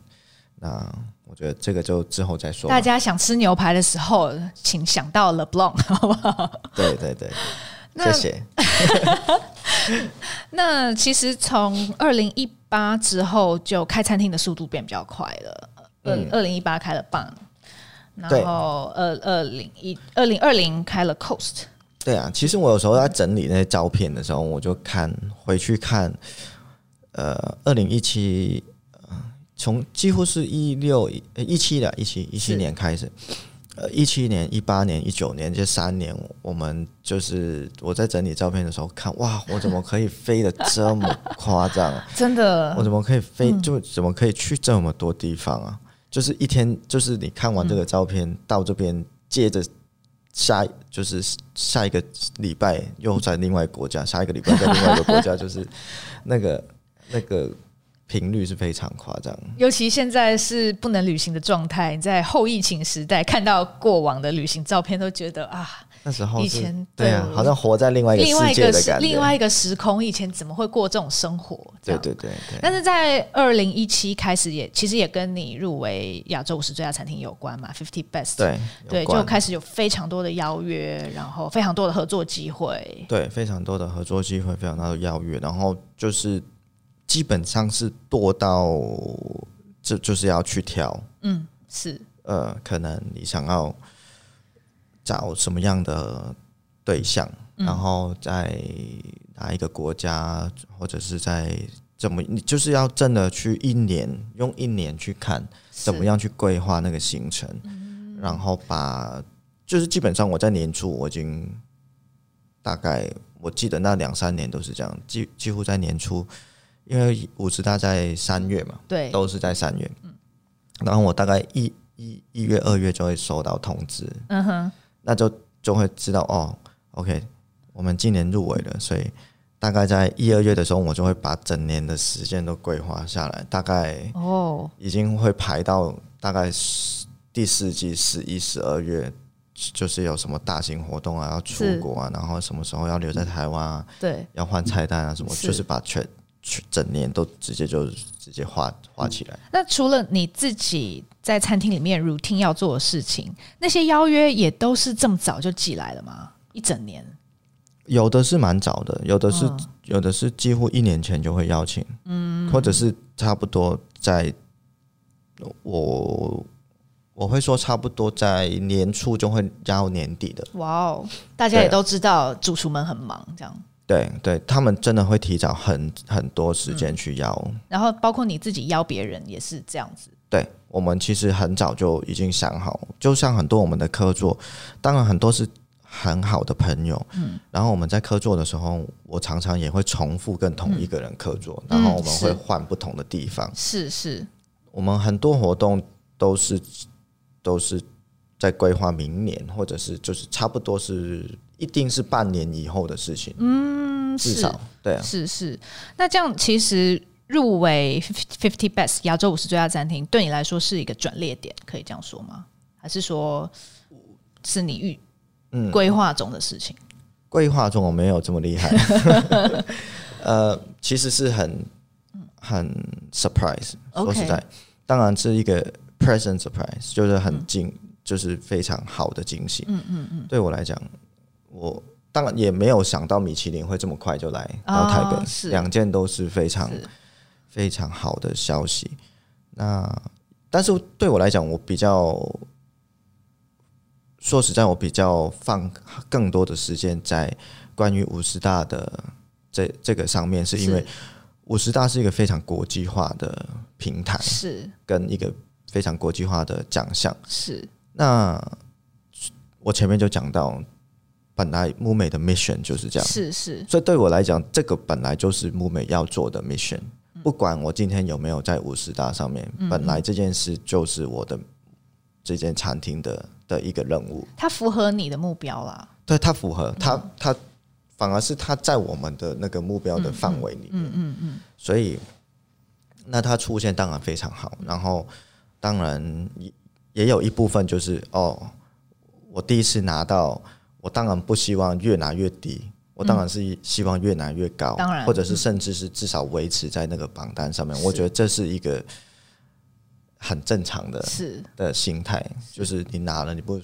[SPEAKER 2] 那我觉得这个就之后再说吧
[SPEAKER 1] 大。家想吃牛排的时候，请想到 Le Blanc，好 不好？
[SPEAKER 2] 对对对，
[SPEAKER 1] 那
[SPEAKER 2] 谢谢。
[SPEAKER 1] 那其实从二零一八之后，就开餐厅的速度变比较快了。二二零一八开了 Bun，然
[SPEAKER 2] 嗯对
[SPEAKER 1] 后二二零一二零二零开了 Coast，
[SPEAKER 2] 对啊，其实我有时候在整理那些照片的时候，我就看回去看，呃，二零一七，从几乎是一六一七的一七一七
[SPEAKER 1] 是
[SPEAKER 2] 年开始，呃，一七年、一八年、一九年这三年，我们就是我在整理照片的时候看，哇，我怎么可以飞得这么夸张？啊
[SPEAKER 1] 真的
[SPEAKER 2] 我，怎么可以飞？
[SPEAKER 1] 嗯
[SPEAKER 2] 就怎么可以去这么多地方啊？就是一天，就是你看完这
[SPEAKER 1] 嗯
[SPEAKER 2] 个照片，到这边接着下就是下一个礼拜又在另外一个国家，下一个礼拜在另外一个国 家，就是那个那个频率是非常夸张。
[SPEAKER 1] 尤其现在是不能旅行的状态，在后疫情时代，看到过往的旅行照片，都觉得啊，
[SPEAKER 2] 那时候
[SPEAKER 1] 以
[SPEAKER 2] 是
[SPEAKER 1] 前
[SPEAKER 2] 对啊，
[SPEAKER 1] 对
[SPEAKER 2] 好像活在另外一个
[SPEAKER 1] 另外
[SPEAKER 2] 世
[SPEAKER 1] 一
[SPEAKER 2] 界
[SPEAKER 1] 个
[SPEAKER 2] 的
[SPEAKER 1] 时
[SPEAKER 2] 感觉。
[SPEAKER 1] 另外一个时空，以前怎么会过这种生活？这
[SPEAKER 2] 对
[SPEAKER 1] 样
[SPEAKER 2] 对对对，
[SPEAKER 1] 但是在二零一七开始也，其实也跟你入围亚洲五十最佳餐厅有关嘛，Fifty Best。
[SPEAKER 2] 对
[SPEAKER 1] 对，
[SPEAKER 2] 有关
[SPEAKER 1] 就开始有非常多的邀约，然后非常多的合作机会。
[SPEAKER 2] 对，非常多的合作机会，非常多的邀约，然后就是基本上是多到这就是要去挑，
[SPEAKER 1] 嗯，是
[SPEAKER 2] 呃，可能你想要找什么样的对象，然后在哪一个国家，或者是在怎么，你就是要真的去一年用一年去看怎么
[SPEAKER 1] 是
[SPEAKER 2] 样去规划那个行程，然后把就是基本上我在年初我已经大概我记得那两三年都是这样，几几乎在年初，因为五十大在三月嘛，
[SPEAKER 1] 对，
[SPEAKER 2] 都是在三月。然后我大概一一一月、二月就会收到通知，
[SPEAKER 1] 嗯哼，
[SPEAKER 2] 那就就会知道哦，OK，我们今年入围了，所以大概在一、二月的时候，我就会把整年的时间都规划下来，大概
[SPEAKER 1] 哦，
[SPEAKER 2] 已经会排到大概十第四季十一、十二月。就是有什么大型活动啊，要出
[SPEAKER 1] 是
[SPEAKER 2] 国啊，然后什么时候要留在台湾啊，
[SPEAKER 1] 对，
[SPEAKER 2] 要换菜单啊，什么，
[SPEAKER 1] 是
[SPEAKER 2] 就是把全全整年都直接就直接画画起来。
[SPEAKER 1] 那除了你自己在餐厅里面 routine 要做的事情，那些邀约也都是这么早就寄来了吗？一整年？
[SPEAKER 2] 有的是蛮早的，有的是、
[SPEAKER 1] 嗯
[SPEAKER 2] 有的是几乎一年前就会邀请，嗯，或者是差不多在我我会说差不多在年初就会压到年底的，
[SPEAKER 1] 哇哦，大家也
[SPEAKER 2] 对啊
[SPEAKER 1] 都知道主厨们很忙，这样。
[SPEAKER 2] 对对，他们真的会提早很很多时间去邀，
[SPEAKER 1] 然后包括你自己邀别人也是这样子，
[SPEAKER 2] 对我们其实很早就已经想好，就像很多我们的科座，当然很多是很好的朋友，嗯，然后我们在科座的时候，我常常也会重复跟同一个人科座，然后我们
[SPEAKER 1] 嗯
[SPEAKER 2] 会
[SPEAKER 1] 是
[SPEAKER 2] 换不同的地方。
[SPEAKER 1] 是是，
[SPEAKER 2] 我们很多活动都是都是在规划明年，或者是就是差不多是一定是半年以后的事情，
[SPEAKER 1] 嗯，
[SPEAKER 2] 至
[SPEAKER 1] 是
[SPEAKER 2] 少对啊，
[SPEAKER 1] 是是。那这样其实入围 Fifty Best 亚洲五十最佳餐厅，对你来说是一个转捩点，可以这样说吗？还是说是你预
[SPEAKER 2] 嗯
[SPEAKER 1] 规划中的事情？
[SPEAKER 2] 规划中我没有这么厉害， 呃，其实是很很 surprise，说
[SPEAKER 1] OK
[SPEAKER 2] 实在，当然是一个 present surprise，就是
[SPEAKER 1] 嗯
[SPEAKER 2] 很惊，就是非常好的惊喜。嗯嗯嗯，对我来讲，我当然也没有想到米其林会这么快就来到台北，
[SPEAKER 1] 啊是
[SPEAKER 2] 两件都是非常
[SPEAKER 1] 是
[SPEAKER 2] 非常好的消息。那但是对我来讲，我比较说实在，我比较放更多的时间在关于五十大的这这个上面，是因为五十大是一个非常国际化的平台，
[SPEAKER 1] 是
[SPEAKER 2] 跟一个非常国际化的奖项。
[SPEAKER 1] 是
[SPEAKER 2] 那我前面就讲到，本来木美的 mission 就是这样，
[SPEAKER 1] 是是
[SPEAKER 2] 所以对我来讲，这个本来就是木美要做的 mission。不管我今天有没有在五十大上面，本来这件事就是我的这间餐厅的的一个任务。
[SPEAKER 1] 它符合你的目标啦。
[SPEAKER 2] 对，它符合，它它反而是它在我们的那个目标的范围里面。嗯嗯嗯。所以，那它出现当然非常好，然后当然也也有一部分就是哦，我第一次拿到，我当然不希望越拿越低。我当然是希望越拿越高，
[SPEAKER 1] 当然
[SPEAKER 2] 或者是甚至是至少维持在那个榜单上面。我觉得这是一个很正常的
[SPEAKER 1] 是
[SPEAKER 2] 的心态，就是你拿了你不，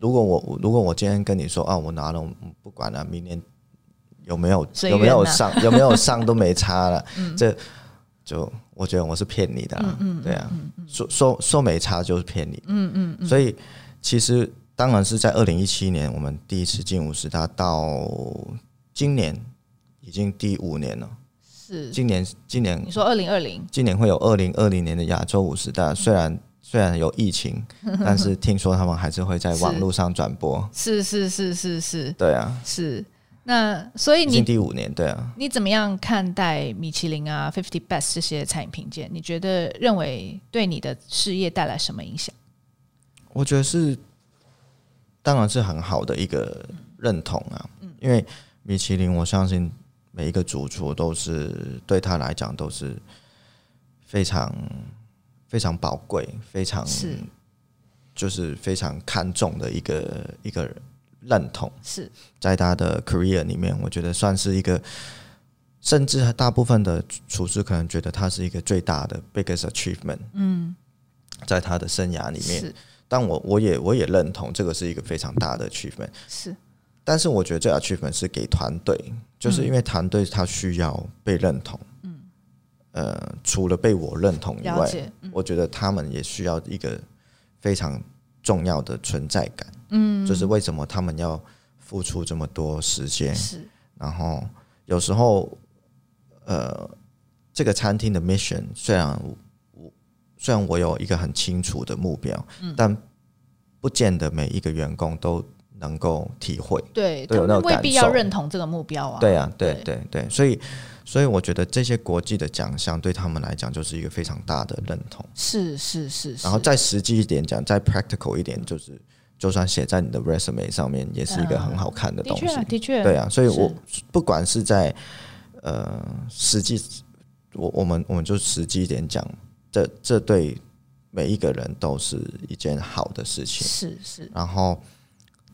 [SPEAKER 2] 如果我如果我今天跟你说啊，我拿了，我不管了、明年有没有
[SPEAKER 1] 随
[SPEAKER 2] 有
[SPEAKER 1] 缘啊
[SPEAKER 2] 没有 上有没有上都没差了，这就我觉得我是骗你的啦，对啊，说说说没差就是骗你，嗯嗯所以其实当然是在二零一七年我们第一次进五十大，到今年已经第五年了，
[SPEAKER 1] 是，
[SPEAKER 2] 今年今年
[SPEAKER 1] 你说二零二零嗯
[SPEAKER 2] 今年会有二零二零年的亚洲五十大，虽然虽然有 疫情，但是听说他们还是会在网
[SPEAKER 1] 是
[SPEAKER 2] 络上转播。
[SPEAKER 1] 是是是是是
[SPEAKER 2] 对啊，
[SPEAKER 1] 是。那所以
[SPEAKER 2] 已经
[SPEAKER 1] 你
[SPEAKER 2] 第五年，对啊，
[SPEAKER 1] 你怎么样看待米其林啊、Fifty Best 这些餐饮评鉴？你觉得认为对你的事业带来什么影响？
[SPEAKER 2] 我觉得是，当然是很好的一个认同啊。
[SPEAKER 1] 嗯
[SPEAKER 2] 因为米其林，我相信每一个主厨都是对他来讲都是非常非常宝贵、非常
[SPEAKER 1] 是
[SPEAKER 2] 就是非常看重的一个一个认同。
[SPEAKER 1] 是
[SPEAKER 2] 在他的 career 里面，我觉得算是一个，甚至大部分的厨师可能觉得他是一个最大的 biggest achievement。嗯，在他的生涯里面，
[SPEAKER 1] 是
[SPEAKER 2] 但我我也我也认同这个是一个非常大的 achievement。
[SPEAKER 1] 是
[SPEAKER 2] 但是我觉得这 achievement 是给团队，就是因
[SPEAKER 1] 嗯
[SPEAKER 2] 为团队他需要被认同。嗯，呃，除了被我认同以
[SPEAKER 1] 了
[SPEAKER 2] 外，
[SPEAKER 1] 解，
[SPEAKER 2] 我觉得他们也需要一个非常重要的存在感。嗯，就是为什么他们要付出这么多时间，
[SPEAKER 1] 是
[SPEAKER 2] 然后有时候，呃，这个餐厅的 mission 虽然我虽然我有一个很清楚的目标，但不见得每一个员工都能够体会。
[SPEAKER 1] 对，他
[SPEAKER 2] 对有那
[SPEAKER 1] 们
[SPEAKER 2] 种
[SPEAKER 1] 未
[SPEAKER 2] 感
[SPEAKER 1] 必要
[SPEAKER 2] 受
[SPEAKER 1] 认同这个目标啊。
[SPEAKER 2] 对啊，对
[SPEAKER 1] 对
[SPEAKER 2] 对对，所以所以我觉得这些国际的奖项对他们来讲就是一个非常大的认同。
[SPEAKER 1] 是是是是，
[SPEAKER 2] 然后再实际一点讲，再 practical 一点，就是就算写在你的 resume 上面，也是一个很好看的
[SPEAKER 1] 的
[SPEAKER 2] 东西
[SPEAKER 1] 确。啊的确，
[SPEAKER 2] 对啊，所以我
[SPEAKER 1] 是
[SPEAKER 2] 不管是在呃实际，我我们我们就实际一点讲，这这对每一个人都是一件好的事情。
[SPEAKER 1] 是是
[SPEAKER 2] 然后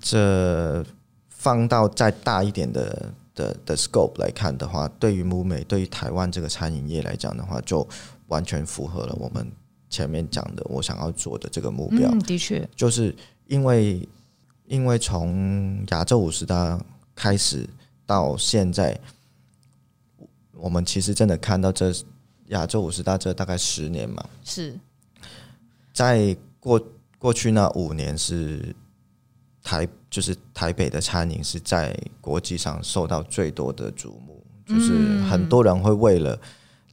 [SPEAKER 2] 这放到再大一点的的的 scope 来看的话，对于母美，对于台湾这个餐饮业来讲的话，就完全符合了我们前面讲的我想要做的这个目标，
[SPEAKER 1] 嗯，的确
[SPEAKER 2] 就是因为因为从亚洲五十大开始到现在，我们其实真的看到这亚洲五十大这大概十年嘛，
[SPEAKER 1] 是
[SPEAKER 2] 在过过去那五年是台就是台北的餐饮是在国际上受到最多的瞩目，就是很多人会为了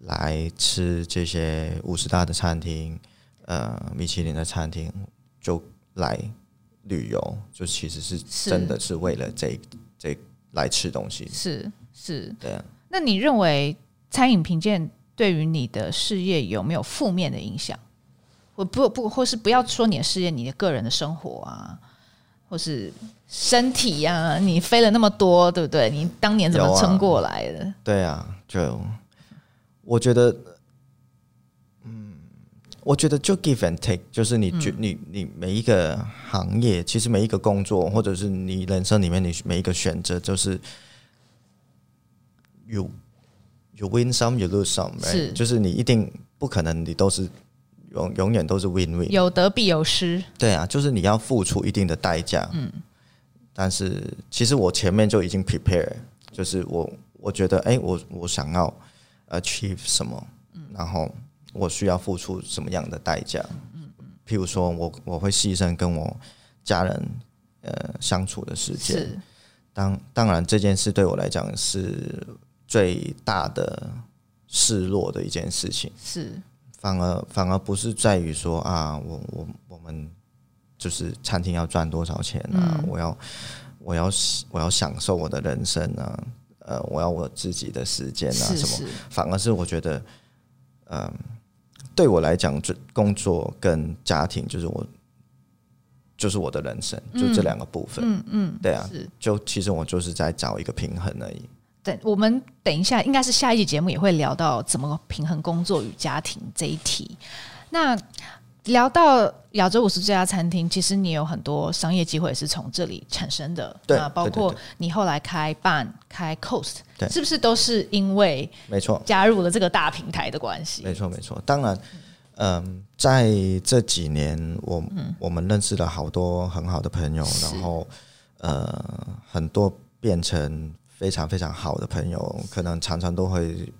[SPEAKER 2] 来吃这些五十大的餐厅，呃，米其林的餐厅就来旅游，就其实是
[SPEAKER 1] 是
[SPEAKER 2] 真的是为了这这来吃东西，
[SPEAKER 1] 是是。
[SPEAKER 2] 对啊。
[SPEAKER 1] 那你认为餐饮评鉴对于你的事业有没有负面的影响？我不不，或是不要说你的事业，你的个人的生活啊，或是身体啊，你飞了那么多，对不对？你当年怎
[SPEAKER 2] 有
[SPEAKER 1] 么
[SPEAKER 2] 啊
[SPEAKER 1] 撑过来的？
[SPEAKER 2] 对啊，就我觉得，嗯，我觉得就 give and take，就是你觉、你你每一个行业，其实每一个工作，或者是你人生里面你每一个选择，就是 you you win some, you lose some，、right?
[SPEAKER 1] 是
[SPEAKER 2] 就是你一定不可能你都是永永远都是 win win，
[SPEAKER 1] 有得必有失，
[SPEAKER 2] 对啊，就是你要付出一定的代价。嗯，但是其实我前面就已经 prepare，就是我我觉得，哎、我我想要 achieve 什么，然后我需要付出什么样的代价。譬如说我我会牺牲跟我家人呃相处的时间。
[SPEAKER 1] 是
[SPEAKER 2] 当当然这件事对我来讲是最大的示弱的一件事情。
[SPEAKER 1] 是
[SPEAKER 2] 反而反而不是在于说啊，我我我们就是餐厅要赚多少钱
[SPEAKER 1] 嗯
[SPEAKER 2] 啊，我要我要我要享受我的人生啊，呃，我要我自己的时间啊，
[SPEAKER 1] 是
[SPEAKER 2] 什么？
[SPEAKER 1] 是
[SPEAKER 2] 反而是我觉得，嗯、对我来讲，这工作跟家庭就是我就是我的人生，就这两个部分。嗯嗯，对啊，
[SPEAKER 1] 是。
[SPEAKER 2] 就其实我就是在找一个平衡而已。
[SPEAKER 1] 等我们等一下，应该是下一集节目也会聊到怎么平衡工作与家庭这一题。那聊到亚洲五十这家餐厅，其实你有很多商业机会是从这里产生的，啊
[SPEAKER 2] 对
[SPEAKER 1] 那包
[SPEAKER 2] 对对
[SPEAKER 1] 括
[SPEAKER 2] 对
[SPEAKER 1] 你后来开 Ban、开 Coast，
[SPEAKER 2] 对
[SPEAKER 1] 是不是都是因为
[SPEAKER 2] 没错，
[SPEAKER 1] 加入了这个大平台的关系？
[SPEAKER 2] 没错，没错。当然，嗯，在这几年，我、我们认识了好多很好的朋友，然后呃，很多变成非常非常好的朋友，可能常常都会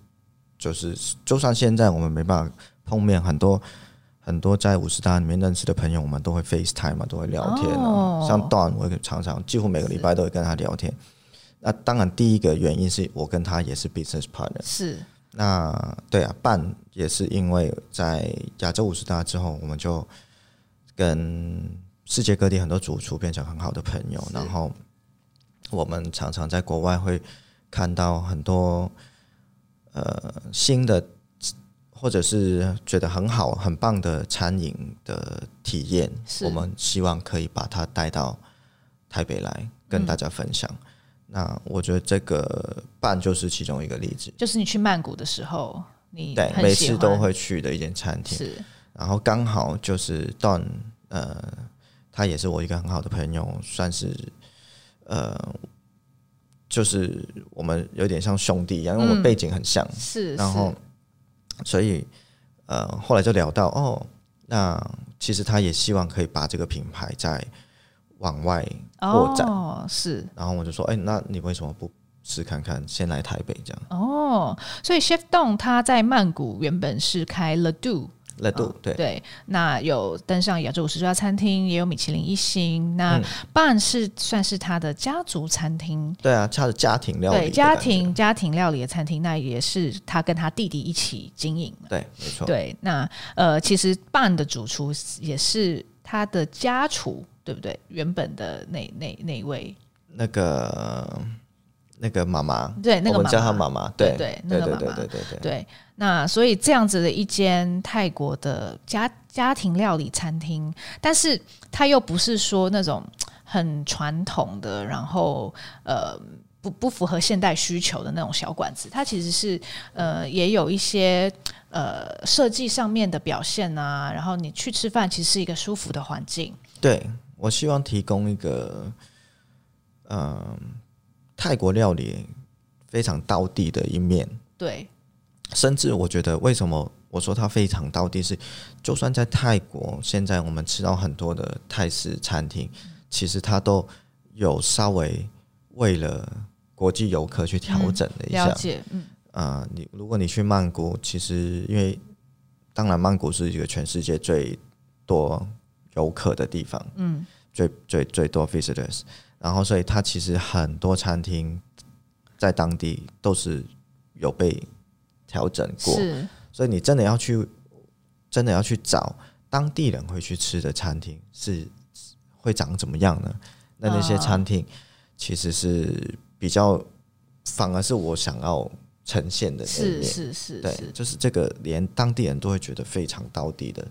[SPEAKER 2] 就是，就算现在我们没办法碰面，很多。很多在五十大里面认识的朋友，我们都会 FaceTime 嘛，都会聊天、哦
[SPEAKER 1] 哦
[SPEAKER 2] 像 Don，我也常常几乎每个礼拜都会跟他聊天。那当然，第一个原因是我跟他也是 business partner，
[SPEAKER 1] 是
[SPEAKER 2] 那对啊，办也是因为在亚洲五十大之后，我们就跟世界各地很多主厨变成很好的朋友，
[SPEAKER 1] 是
[SPEAKER 2] 然后我们常常在国外会看到很多呃新的，或者是觉得很好、很棒的餐饮的体验，
[SPEAKER 1] 是
[SPEAKER 2] 我们希望可以把它带到台北来跟
[SPEAKER 1] 嗯
[SPEAKER 2] 大家分享。那我觉得这个办就是其中一个例子，
[SPEAKER 1] 就是你去曼谷的时候，你
[SPEAKER 2] 对，
[SPEAKER 1] 很
[SPEAKER 2] 每
[SPEAKER 1] 喜
[SPEAKER 2] 次都
[SPEAKER 1] 欢
[SPEAKER 2] 会去的一间餐厅。
[SPEAKER 1] 是
[SPEAKER 2] 然后刚好就是 Don，呃，他也是我一个很好的朋友，算是呃，就是我们有点像兄弟一样，因为我们
[SPEAKER 1] 嗯
[SPEAKER 2] 背景很像，
[SPEAKER 1] 是，
[SPEAKER 2] 然后所以呃，后来就聊到哦，那其实他也希望可以把这个品牌再往外，
[SPEAKER 1] 是
[SPEAKER 2] 扩展
[SPEAKER 1] 哦，是
[SPEAKER 2] 然后我就说，哎，那你为什么不试看看，先来台北这样？
[SPEAKER 1] 哦，所以 Chef Dong 他在曼谷原本是开 l e d o
[SPEAKER 2] 热度、对。
[SPEAKER 1] 对，那有登上亚洲五十家餐厅，也有米其林一星。
[SPEAKER 2] 嗯
[SPEAKER 1] 那办是算是他的家族餐厅，
[SPEAKER 2] 对啊，他的家庭料理的
[SPEAKER 1] 对
[SPEAKER 2] 感觉，
[SPEAKER 1] 家庭家庭料理的餐厅，那也是他跟他弟弟一起经营的。
[SPEAKER 2] 对，没错，
[SPEAKER 1] 对，那呃，其实办的主厨也是他的家厨，对不对？原本的那那那一位，
[SPEAKER 2] 那个那个妈妈，
[SPEAKER 1] 对，那个妈
[SPEAKER 2] 我们叫她
[SPEAKER 1] 妈
[SPEAKER 2] 妈妈，
[SPEAKER 1] 对
[SPEAKER 2] 对
[SPEAKER 1] 对那
[SPEAKER 2] 对
[SPEAKER 1] 个
[SPEAKER 2] 对
[SPEAKER 1] 妈
[SPEAKER 2] 对
[SPEAKER 1] 妈
[SPEAKER 2] 对对对
[SPEAKER 1] 对，那所以这样子的一间泰国的家家庭料理餐厅，但是它又不是说那种很传统的，然后呃不不符合现代需求的那种小馆子，它其实是呃也有一些呃设计上面的表现啊，然后你去吃饭其实是一个舒服的环境，
[SPEAKER 2] 对我希望提供一个，嗯、泰国料理非常道地的一面，
[SPEAKER 1] 对，
[SPEAKER 2] 甚至我觉得为什么我说它非常道地是，就算在泰国，现在我们吃到很多的泰式餐厅，
[SPEAKER 1] 嗯
[SPEAKER 2] 其实它都有稍微为了国际游客去调整了一下，
[SPEAKER 1] 了解，嗯，
[SPEAKER 2] 啊、你如果你去曼谷，其实因为当然曼谷是一个全世界最多游客的地方，嗯，最最最多 visitors，然后所以它其实很多餐厅在当地都是有被调整过，
[SPEAKER 1] 是
[SPEAKER 2] 所以你真的要去真的要去找当地人会去吃的餐厅是会长怎么样呢？那那些
[SPEAKER 1] 啊
[SPEAKER 2] 餐厅其实是比较，反而是我想要呈现的那一
[SPEAKER 1] 是
[SPEAKER 2] 面。
[SPEAKER 1] 是是
[SPEAKER 2] 对，
[SPEAKER 1] 是，
[SPEAKER 2] 就是这个连当地人都会觉得非常道地的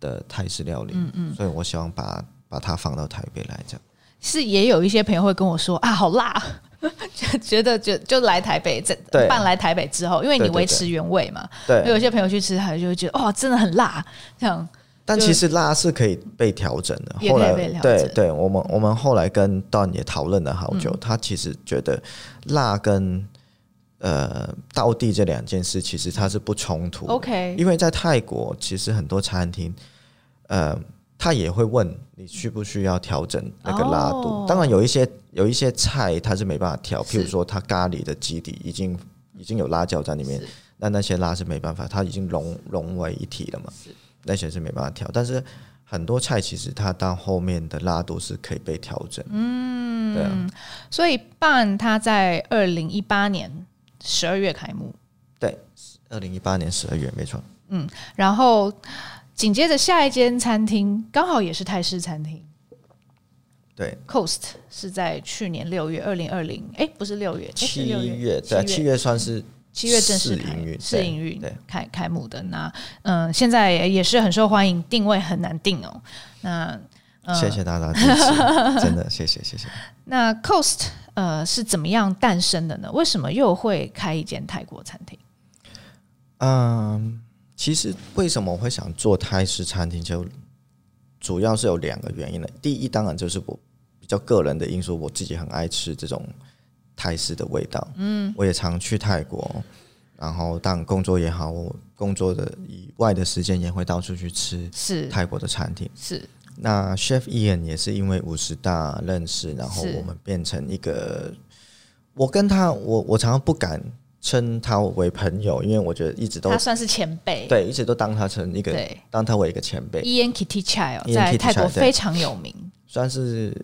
[SPEAKER 2] 的泰式料理。嗯嗯，所以我希望把把它放到台北来，这样。
[SPEAKER 1] 是也有一些朋友会跟我说啊，好辣， 就觉得就就来台北，这
[SPEAKER 2] 对
[SPEAKER 1] 办来台北之后，因为你
[SPEAKER 2] 对对
[SPEAKER 1] 维持原味嘛，有
[SPEAKER 2] 对，
[SPEAKER 1] 一些朋友去吃，他就会觉得哇，真的很辣，这样
[SPEAKER 2] 但
[SPEAKER 1] 就
[SPEAKER 2] 其实辣是可以被调整的。
[SPEAKER 1] 也可以
[SPEAKER 2] 后来
[SPEAKER 1] 被，调
[SPEAKER 2] 对
[SPEAKER 1] 整
[SPEAKER 2] 对，我们我们后来跟 Don 也讨论了好
[SPEAKER 1] 嗯
[SPEAKER 2] 久，他其实觉得辣跟呃道地这两件事，其实它是不冲突的。
[SPEAKER 1] OK，
[SPEAKER 2] 因为在泰国，其实很多餐厅，呃，他也会问你需不需要调整那个辣度。
[SPEAKER 1] 哦
[SPEAKER 2] 当然，有一些有一些菜它是没办法调，
[SPEAKER 1] 是
[SPEAKER 2] 譬如说它咖喱的基底已经已经有辣椒在里面
[SPEAKER 1] 是，
[SPEAKER 2] 那那些辣是没办法，它已经融融为一体了嘛，那些是没办法调。但是很多菜其实它到后面的辣度是可以被调整。嗯，对啊，
[SPEAKER 1] 所以办他在二零一八年十二月开幕，
[SPEAKER 2] 对，二零一八年十二月没错。
[SPEAKER 1] 然后紧接着下一间餐厅刚好也是泰式餐厅
[SPEAKER 2] 对，
[SPEAKER 1] Coast 是在去年六月二零二零，哎，不是六月，诶是
[SPEAKER 2] 七
[SPEAKER 1] 六
[SPEAKER 2] 月对啊，
[SPEAKER 1] 七
[SPEAKER 2] 七月算是
[SPEAKER 1] 七月正式
[SPEAKER 2] 试
[SPEAKER 1] 开
[SPEAKER 2] 营运
[SPEAKER 1] 试
[SPEAKER 2] 对
[SPEAKER 1] 营运
[SPEAKER 2] 对
[SPEAKER 1] 开开幕的那嗯、现在也是很受欢迎，定位很难定哦。那嗯
[SPEAKER 2] 谢谢大家支持，真的谢谢谢谢。
[SPEAKER 1] 那 Coast 呃是怎么样诞生的呢？为什么又会开一间泰国餐厅？
[SPEAKER 2] 嗯，其实为什么我会想做泰式餐厅，就主要是有两个原因了。第一，当然就是我比较个人的因素，我自己很爱吃这种泰式的味道。嗯，我也常去泰国，然后当然工作也好，我工作的以外的时间也会到处去吃
[SPEAKER 1] 是
[SPEAKER 2] 泰国的餐厅。
[SPEAKER 1] 是
[SPEAKER 2] 那 Chef Ian 也是因为五十大认识，然后
[SPEAKER 1] 是
[SPEAKER 2] 我们变成一个，我跟他，我我常常不敢称他为朋友，因为我觉得一直都
[SPEAKER 1] 他算是前辈，
[SPEAKER 2] 对，一直都当他成一个，
[SPEAKER 1] 对，E
[SPEAKER 2] 当他为一个前辈，E
[SPEAKER 1] ，Ian Kitty Chai 哦，
[SPEAKER 2] Ian
[SPEAKER 1] 在
[SPEAKER 2] Kitty
[SPEAKER 1] 泰国
[SPEAKER 2] Chai，对
[SPEAKER 1] 非常有名，
[SPEAKER 2] 算是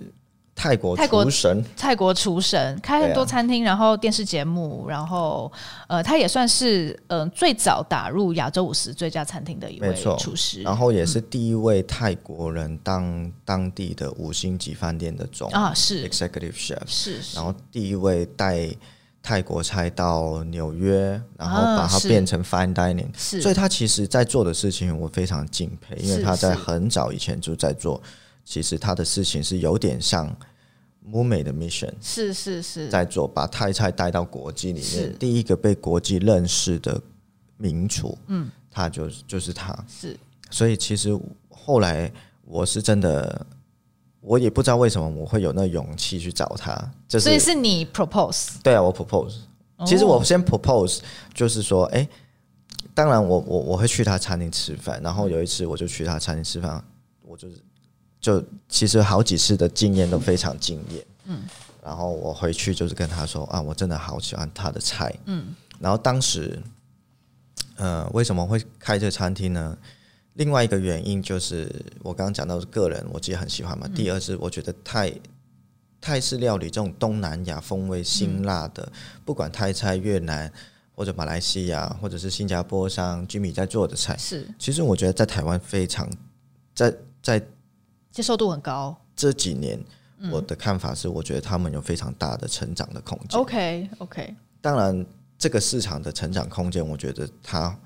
[SPEAKER 2] 泰国
[SPEAKER 1] 泰国嗯
[SPEAKER 2] 厨神，
[SPEAKER 1] 泰国厨神，开很多
[SPEAKER 2] 啊
[SPEAKER 1] 餐厅，然后电视节目，然后呃，他也算是嗯、呃最早打入亚洲五十最佳餐厅的一位
[SPEAKER 2] 没错
[SPEAKER 1] 厨师
[SPEAKER 2] 然后也是第一位泰国人当当地的五星级饭店的总
[SPEAKER 1] 啊，是
[SPEAKER 2] executive chef，
[SPEAKER 1] 是是
[SPEAKER 2] 然后第一位带泰国菜到纽约，然后
[SPEAKER 1] 啊
[SPEAKER 2] 把它
[SPEAKER 1] 是
[SPEAKER 2] 变成 fine dining。
[SPEAKER 1] 是，
[SPEAKER 2] 所以他其实在做的事情，我非常敬佩，因
[SPEAKER 1] 是
[SPEAKER 2] 为他在
[SPEAKER 1] 是
[SPEAKER 2] 很早以前就在做。其实他的事情是有点像 m u m i 的 mission
[SPEAKER 1] 是是是
[SPEAKER 2] 在做，把泰菜带到国际里
[SPEAKER 1] 是
[SPEAKER 2] 面，第一个被国际认识的名厨，嗯，他就就是他。
[SPEAKER 1] 是
[SPEAKER 2] 所以其实后来我是真的，我也不知道为什么我会有那勇气去找他，就
[SPEAKER 1] 所以
[SPEAKER 2] 是
[SPEAKER 1] 是你 propose，
[SPEAKER 2] 对啊，我 propose。其
[SPEAKER 1] 哦
[SPEAKER 2] 实我先 propose 就是说，哎、当然我我我会去他餐厅吃饭，然后有一次我就去他餐厅吃饭，我就是就其实好几次的经验都非常惊艳，嗯，然后我回去就是跟他说啊，我真的好喜欢他的菜，嗯，然后当时，呃，为什么会开这个餐厅呢？另外一个原因就是我刚刚讲到的个人，我自己很喜欢嘛。第二是我觉得泰泰式料理这种东南亚风味辛辣的，不管泰菜、越南或者马来西亚或者是新加坡上 Jimmy 在做的菜，
[SPEAKER 1] 是
[SPEAKER 2] 其实我觉得在台湾非常，在在
[SPEAKER 1] 接受度很高
[SPEAKER 2] 这几年，我的看法是，我觉得他们有非常大的成长的空间。
[SPEAKER 1] ，OK OK，
[SPEAKER 2] 当然，这个市场的成长空间，我觉得它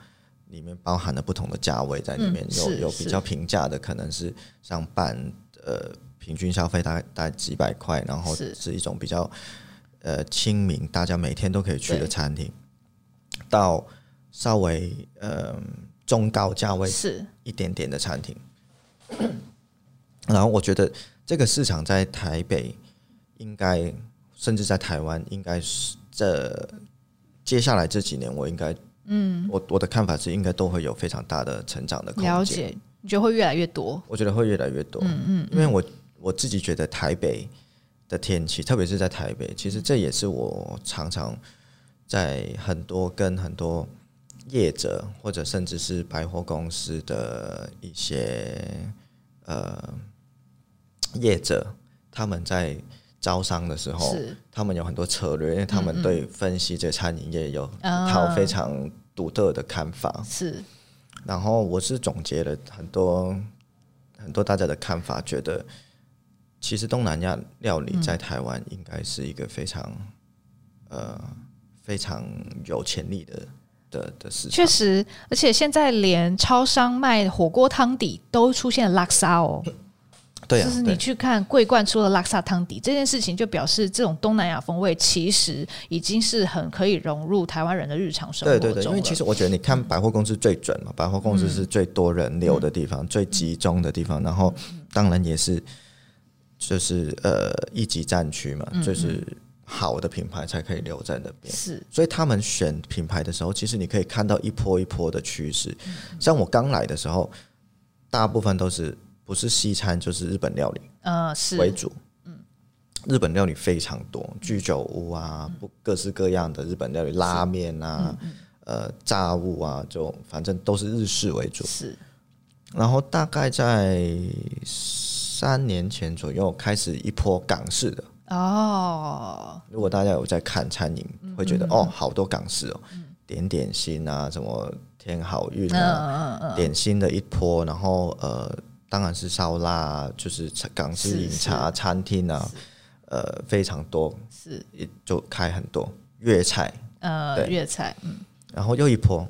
[SPEAKER 2] 里面包含了不同的价位在里面，
[SPEAKER 1] 嗯
[SPEAKER 2] 有
[SPEAKER 1] 是
[SPEAKER 2] 有
[SPEAKER 1] 是
[SPEAKER 2] 比较平价的，可能是上半呃平均消费大概大概几百块，然后
[SPEAKER 1] 是
[SPEAKER 2] 是一种比较呃亲民，大家每天都可以去的
[SPEAKER 1] 对
[SPEAKER 2] 餐厅，到稍微呃中高价位
[SPEAKER 1] 是
[SPEAKER 2] 一点点的餐厅。 然后我觉得这个市场在台北应该，甚至在台湾应该是这接下来这几年，我应该，嗯，我我的看法是应该都会有非常大的成长的空间。
[SPEAKER 1] 了解，你觉得会越来越多？
[SPEAKER 2] 我觉得会越来越多。嗯嗯因为我我自己觉得台北的天气，特别是在台北，其实这也是我常常在很多跟很多业者或者甚至是百货公司的一些呃业者，他们在招商的时候，
[SPEAKER 1] 是
[SPEAKER 2] 他们有很多策略，因为他们对分析这餐饮业有一套
[SPEAKER 1] 啊
[SPEAKER 2] 非常独特的看法。
[SPEAKER 1] 是
[SPEAKER 2] 然后我是总结了很多很多大家的看法，觉得其实东南亚料理在台湾应该是一个非常、呃非常有潜力的的的市
[SPEAKER 1] 确
[SPEAKER 2] 场。
[SPEAKER 1] 实，而且现在连超商卖火锅汤底都出现拉萨哦。
[SPEAKER 2] 对
[SPEAKER 1] 就
[SPEAKER 2] 啊，
[SPEAKER 1] 是你
[SPEAKER 2] 对
[SPEAKER 1] 去看桂冠出了拉萨汤底这件事情，就表示这种东南亚风味其实已经是很可以融入台湾人的日常生活
[SPEAKER 2] 对
[SPEAKER 1] 中
[SPEAKER 2] 对
[SPEAKER 1] 了。
[SPEAKER 2] 对，因为其实我觉得你看百货公司最准嘛，百货公司是最多人流的地方，最集中的地方，然后当然也是就是呃一级战区嘛，就是好的品牌才可以留在那边。
[SPEAKER 1] 是
[SPEAKER 2] 所以他们选品牌的时候，其实你可以看到一波一波的趋势。像我刚来的时候，大部分都是不是西餐就是日本料理
[SPEAKER 1] 呃是
[SPEAKER 2] 为主。日本料理非常多，居酒屋啊，不各式各样的日本料理，拉面啊，呃，炸物啊，就反正都是日式为主。
[SPEAKER 1] 是
[SPEAKER 2] 然后大概在三年前左右开始一波港式的，
[SPEAKER 1] 哦
[SPEAKER 2] 如果大家有在看餐饮，会觉得哦，好多港式哦，点点心啊，什么天好运
[SPEAKER 1] 嗯
[SPEAKER 2] 啊，点心的一波，然后呃，当然是烧腊、啊，就是港式
[SPEAKER 1] 是
[SPEAKER 2] 饮茶餐厅啊，呃，非常多，
[SPEAKER 1] 是
[SPEAKER 2] 一就开很多粤菜，
[SPEAKER 1] 呃
[SPEAKER 2] 对
[SPEAKER 1] 粤菜嗯
[SPEAKER 2] 然后又一波，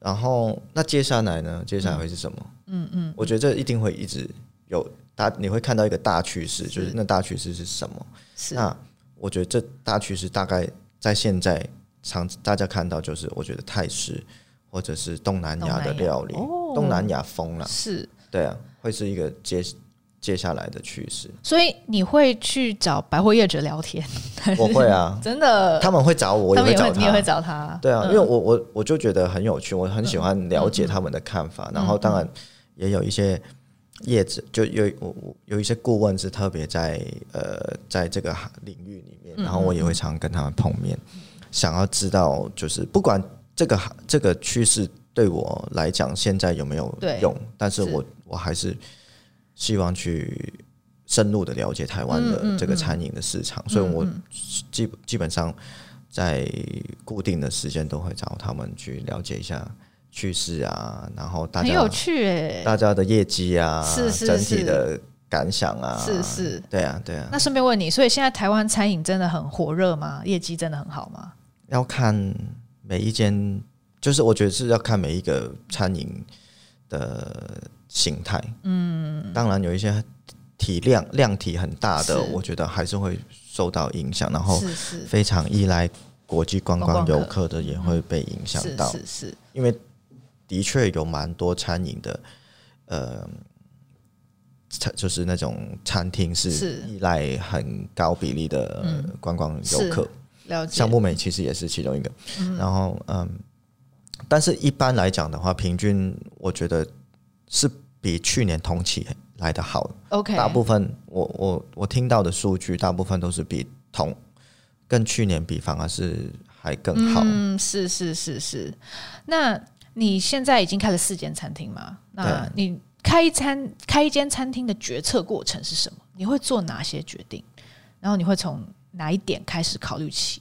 [SPEAKER 2] 然后那接下来呢？接下来会是什么？嗯嗯，我觉得这一定会一直有大，你会看到一个大趋势，就是那大趋势是什么？
[SPEAKER 1] 是
[SPEAKER 2] 那我觉得这大趋势大概在现在常大家看到就是，我觉得泰式或者是东南亚的料理，
[SPEAKER 1] 东南亚哦
[SPEAKER 2] 东南亚风啦，
[SPEAKER 1] 是，
[SPEAKER 2] 对啊，会是一个接接下来的趋 势。
[SPEAKER 1] 所以你会去找百货业者聊天，
[SPEAKER 2] 我会啊，
[SPEAKER 1] 真的，
[SPEAKER 2] 他们会找我，我
[SPEAKER 1] 他们
[SPEAKER 2] 会
[SPEAKER 1] 也
[SPEAKER 2] 找
[SPEAKER 1] 会
[SPEAKER 2] 他，
[SPEAKER 1] 你也会找他，
[SPEAKER 2] 对啊，因为我我我就觉得很有趣，我很喜欢了解他们的看法，
[SPEAKER 1] 嗯
[SPEAKER 2] 然后当然也有一些业者，就有我我有一些顾问是特别在呃在这个行领域里面，
[SPEAKER 1] 嗯
[SPEAKER 2] 然后我也会常跟他们碰面，想要知道就是不管这个行这个趋势对我来讲现在有没有
[SPEAKER 1] 对
[SPEAKER 2] 用，但是
[SPEAKER 1] 是
[SPEAKER 2] 我我还是希望去深入的了解台湾
[SPEAKER 1] 嗯嗯
[SPEAKER 2] 的这个
[SPEAKER 1] 嗯
[SPEAKER 2] 餐饮的市场，所以我
[SPEAKER 1] 嗯
[SPEAKER 2] 基基本上在固定的时间都会找他们去了解一下趋势啊，然后大
[SPEAKER 1] 很
[SPEAKER 2] 家
[SPEAKER 1] 有趣诶、
[SPEAKER 2] 大家的业绩啊，
[SPEAKER 1] 是是
[SPEAKER 2] 整体
[SPEAKER 1] 是
[SPEAKER 2] 的感想啊，
[SPEAKER 1] 是是。
[SPEAKER 2] 对啊对啊，
[SPEAKER 1] 那顺便问你，所以现在台湾餐饮真的很火热吗？业绩真的很好吗？
[SPEAKER 2] 要看每一间，就是我觉得是要看每一个餐饮的形态。嗯，当然有一些体量量体很大的，
[SPEAKER 1] 是
[SPEAKER 2] 我觉得还是会受到影响，然后
[SPEAKER 1] 是是
[SPEAKER 2] 哦非常依赖国际观
[SPEAKER 1] 观
[SPEAKER 2] 光
[SPEAKER 1] 光
[SPEAKER 2] 游
[SPEAKER 1] 客
[SPEAKER 2] 客的也会被影响
[SPEAKER 1] 是
[SPEAKER 2] 到，
[SPEAKER 1] 是是，
[SPEAKER 2] 因为的确有蛮多餐饮的，呃。餐就是那种餐厅
[SPEAKER 1] 是
[SPEAKER 2] 是依赖很高比例的
[SPEAKER 1] 嗯
[SPEAKER 2] 观光
[SPEAKER 1] 是
[SPEAKER 2] 游客，
[SPEAKER 1] 了解
[SPEAKER 2] 像木美其实也是其中一个。然后嗯，但是一般来讲的话，平均我觉得是比去年同期来的好。
[SPEAKER 1] OK，
[SPEAKER 2] 大部分我我我听到的数据，大部分都是比同跟去年比，反而是还更好。
[SPEAKER 1] 嗯，是是是是。那你现在已经开了四间餐厅嘛？那你开一餐开一间餐厅的决策过程是什么？你会做哪些决定？然后你会从哪一点开始考虑起？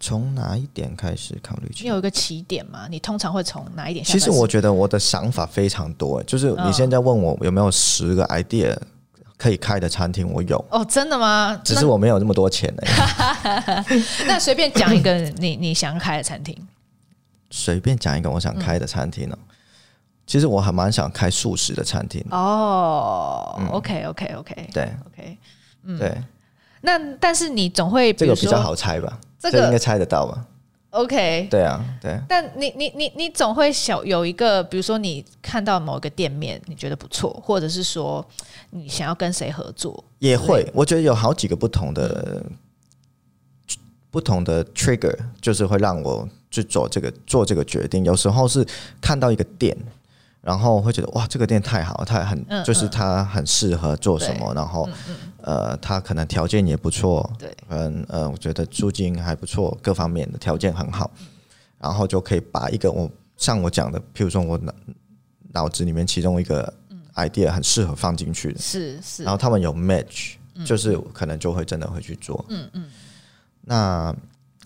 [SPEAKER 2] 从哪一点开始考虑
[SPEAKER 1] 你
[SPEAKER 2] 起？
[SPEAKER 1] 有一个起点吗？你通常会从哪一点下嗯开
[SPEAKER 2] 其
[SPEAKER 1] 始？
[SPEAKER 2] 实我觉得我的想法非常多，欸就是你现在问我有没有十个 idea 可以开的餐厅，我有，
[SPEAKER 1] 哦，真的吗？
[SPEAKER 2] 只是我没有那么多钱而欸已。
[SPEAKER 1] 那那随便讲一个你你想开的餐厅，
[SPEAKER 2] 随便讲一个我想开的餐厅哦。其实我还蛮想开素食的餐厅的，
[SPEAKER 1] 哦、o
[SPEAKER 2] 嗯
[SPEAKER 1] k OK OK
[SPEAKER 2] 对
[SPEAKER 1] OK。
[SPEAKER 2] 对，
[SPEAKER 1] 那但是你总会
[SPEAKER 2] 这
[SPEAKER 1] 嗯如
[SPEAKER 2] 个
[SPEAKER 1] 说
[SPEAKER 2] 比较好猜吧？
[SPEAKER 1] 这
[SPEAKER 2] 这
[SPEAKER 1] 个
[SPEAKER 2] 应该猜得到吧？
[SPEAKER 1] OK，
[SPEAKER 2] 对啊，对，
[SPEAKER 1] 但你你你你总会想有一个，比如说你看到某一个店面，你觉得不错，或者是说你想要跟谁合作，
[SPEAKER 2] 也会，我觉得有好几个不同的不同的 trigger，就是会让我去做这个做这个决定。有时候是看到一个店。然后会觉得哇，这个店太好，它很、
[SPEAKER 1] 嗯
[SPEAKER 2] 就是它很适合做什么，然后、呃，它可能条件也不错，
[SPEAKER 1] 对，
[SPEAKER 2] 嗯呃，我觉得租金还不错，各方面的条件很好，然后就可以把一个我像我讲的，譬如说我脑脑子里面其中一个
[SPEAKER 1] 嗯
[SPEAKER 2] idea 很适合放进去的，
[SPEAKER 1] 是是
[SPEAKER 2] 然后他们有 match，、就是可能就会真的会去做。嗯嗯。那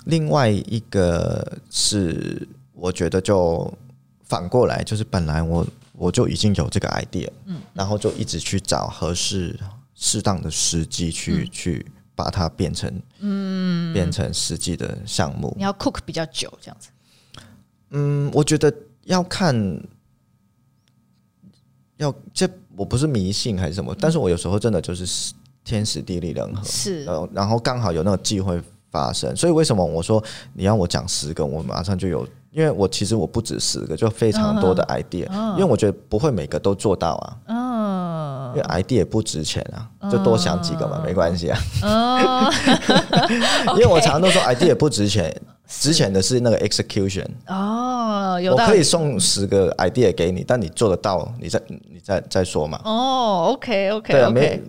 [SPEAKER 2] 另外一个是，我觉得就反过来，就是本来我我就已经有这个 idea，嗯，然后就一直去找合适适当的时机去、去把它变成嗯变成实际的项目。
[SPEAKER 1] 你要 cook 比较久这样子，
[SPEAKER 2] 嗯，我觉得要看，要这我不是迷信还是什么，但是我有时候真的就是天时地利人和，
[SPEAKER 1] 是
[SPEAKER 2] 然后然后刚好有那个机会发生，所以为什么我说你要我讲十个，我马上就有，因为我其实我不止十个，就非常多
[SPEAKER 1] 嗯
[SPEAKER 2] 的 idea，、因为我觉得不会每个都做到啊，
[SPEAKER 1] 嗯
[SPEAKER 2] 因为 idea 也不值钱啊，就多想几个嘛，没关系啊，
[SPEAKER 1] 哦
[SPEAKER 2] 因为我常常都说 idea 也不 值钱，值钱的是那个 execution。
[SPEAKER 1] 哦，有
[SPEAKER 2] 我
[SPEAKER 1] 道
[SPEAKER 2] 可以
[SPEAKER 1] 理嗯
[SPEAKER 2] 送十个 idea 给你，但你做得到，你再你再再说嘛。
[SPEAKER 1] 哦，OK OK
[SPEAKER 2] 对啊，没
[SPEAKER 1] OK。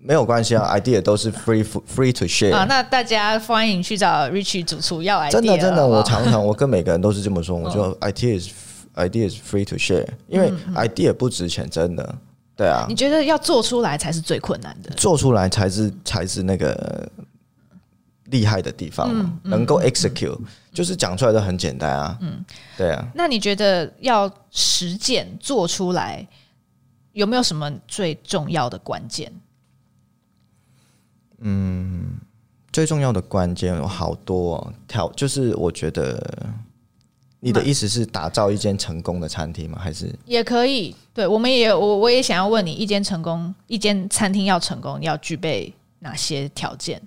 [SPEAKER 2] 没有关系啊，idea 都是 free free to share。
[SPEAKER 1] 啊，那大家欢迎去找 Richie 主厨要 idea，哦嗯
[SPEAKER 2] 真的真
[SPEAKER 1] 好
[SPEAKER 2] 的，
[SPEAKER 1] 不好
[SPEAKER 2] 我常 常我跟每个人都是这么说，我说 idea is idea is free to share，因为 idea 不值钱，真的。对啊
[SPEAKER 1] 嗯你，觉得要做出来才是最困难的，
[SPEAKER 2] 做出来才是才是那个厉害的地方
[SPEAKER 1] 嗯
[SPEAKER 2] 嘛，能够 execute，就是讲出来都很简单啊。嗯，对啊。
[SPEAKER 1] 那你觉得要实践做出来，有没有什么最重要的关键？
[SPEAKER 2] 最重要的关键有好多、哦、挑，就是我觉得你的意思是打造一间成功的餐厅吗？还是
[SPEAKER 1] 也可以，对我们也有我我也想要问你，一间成功，一间餐厅要成功，要具备哪些条件？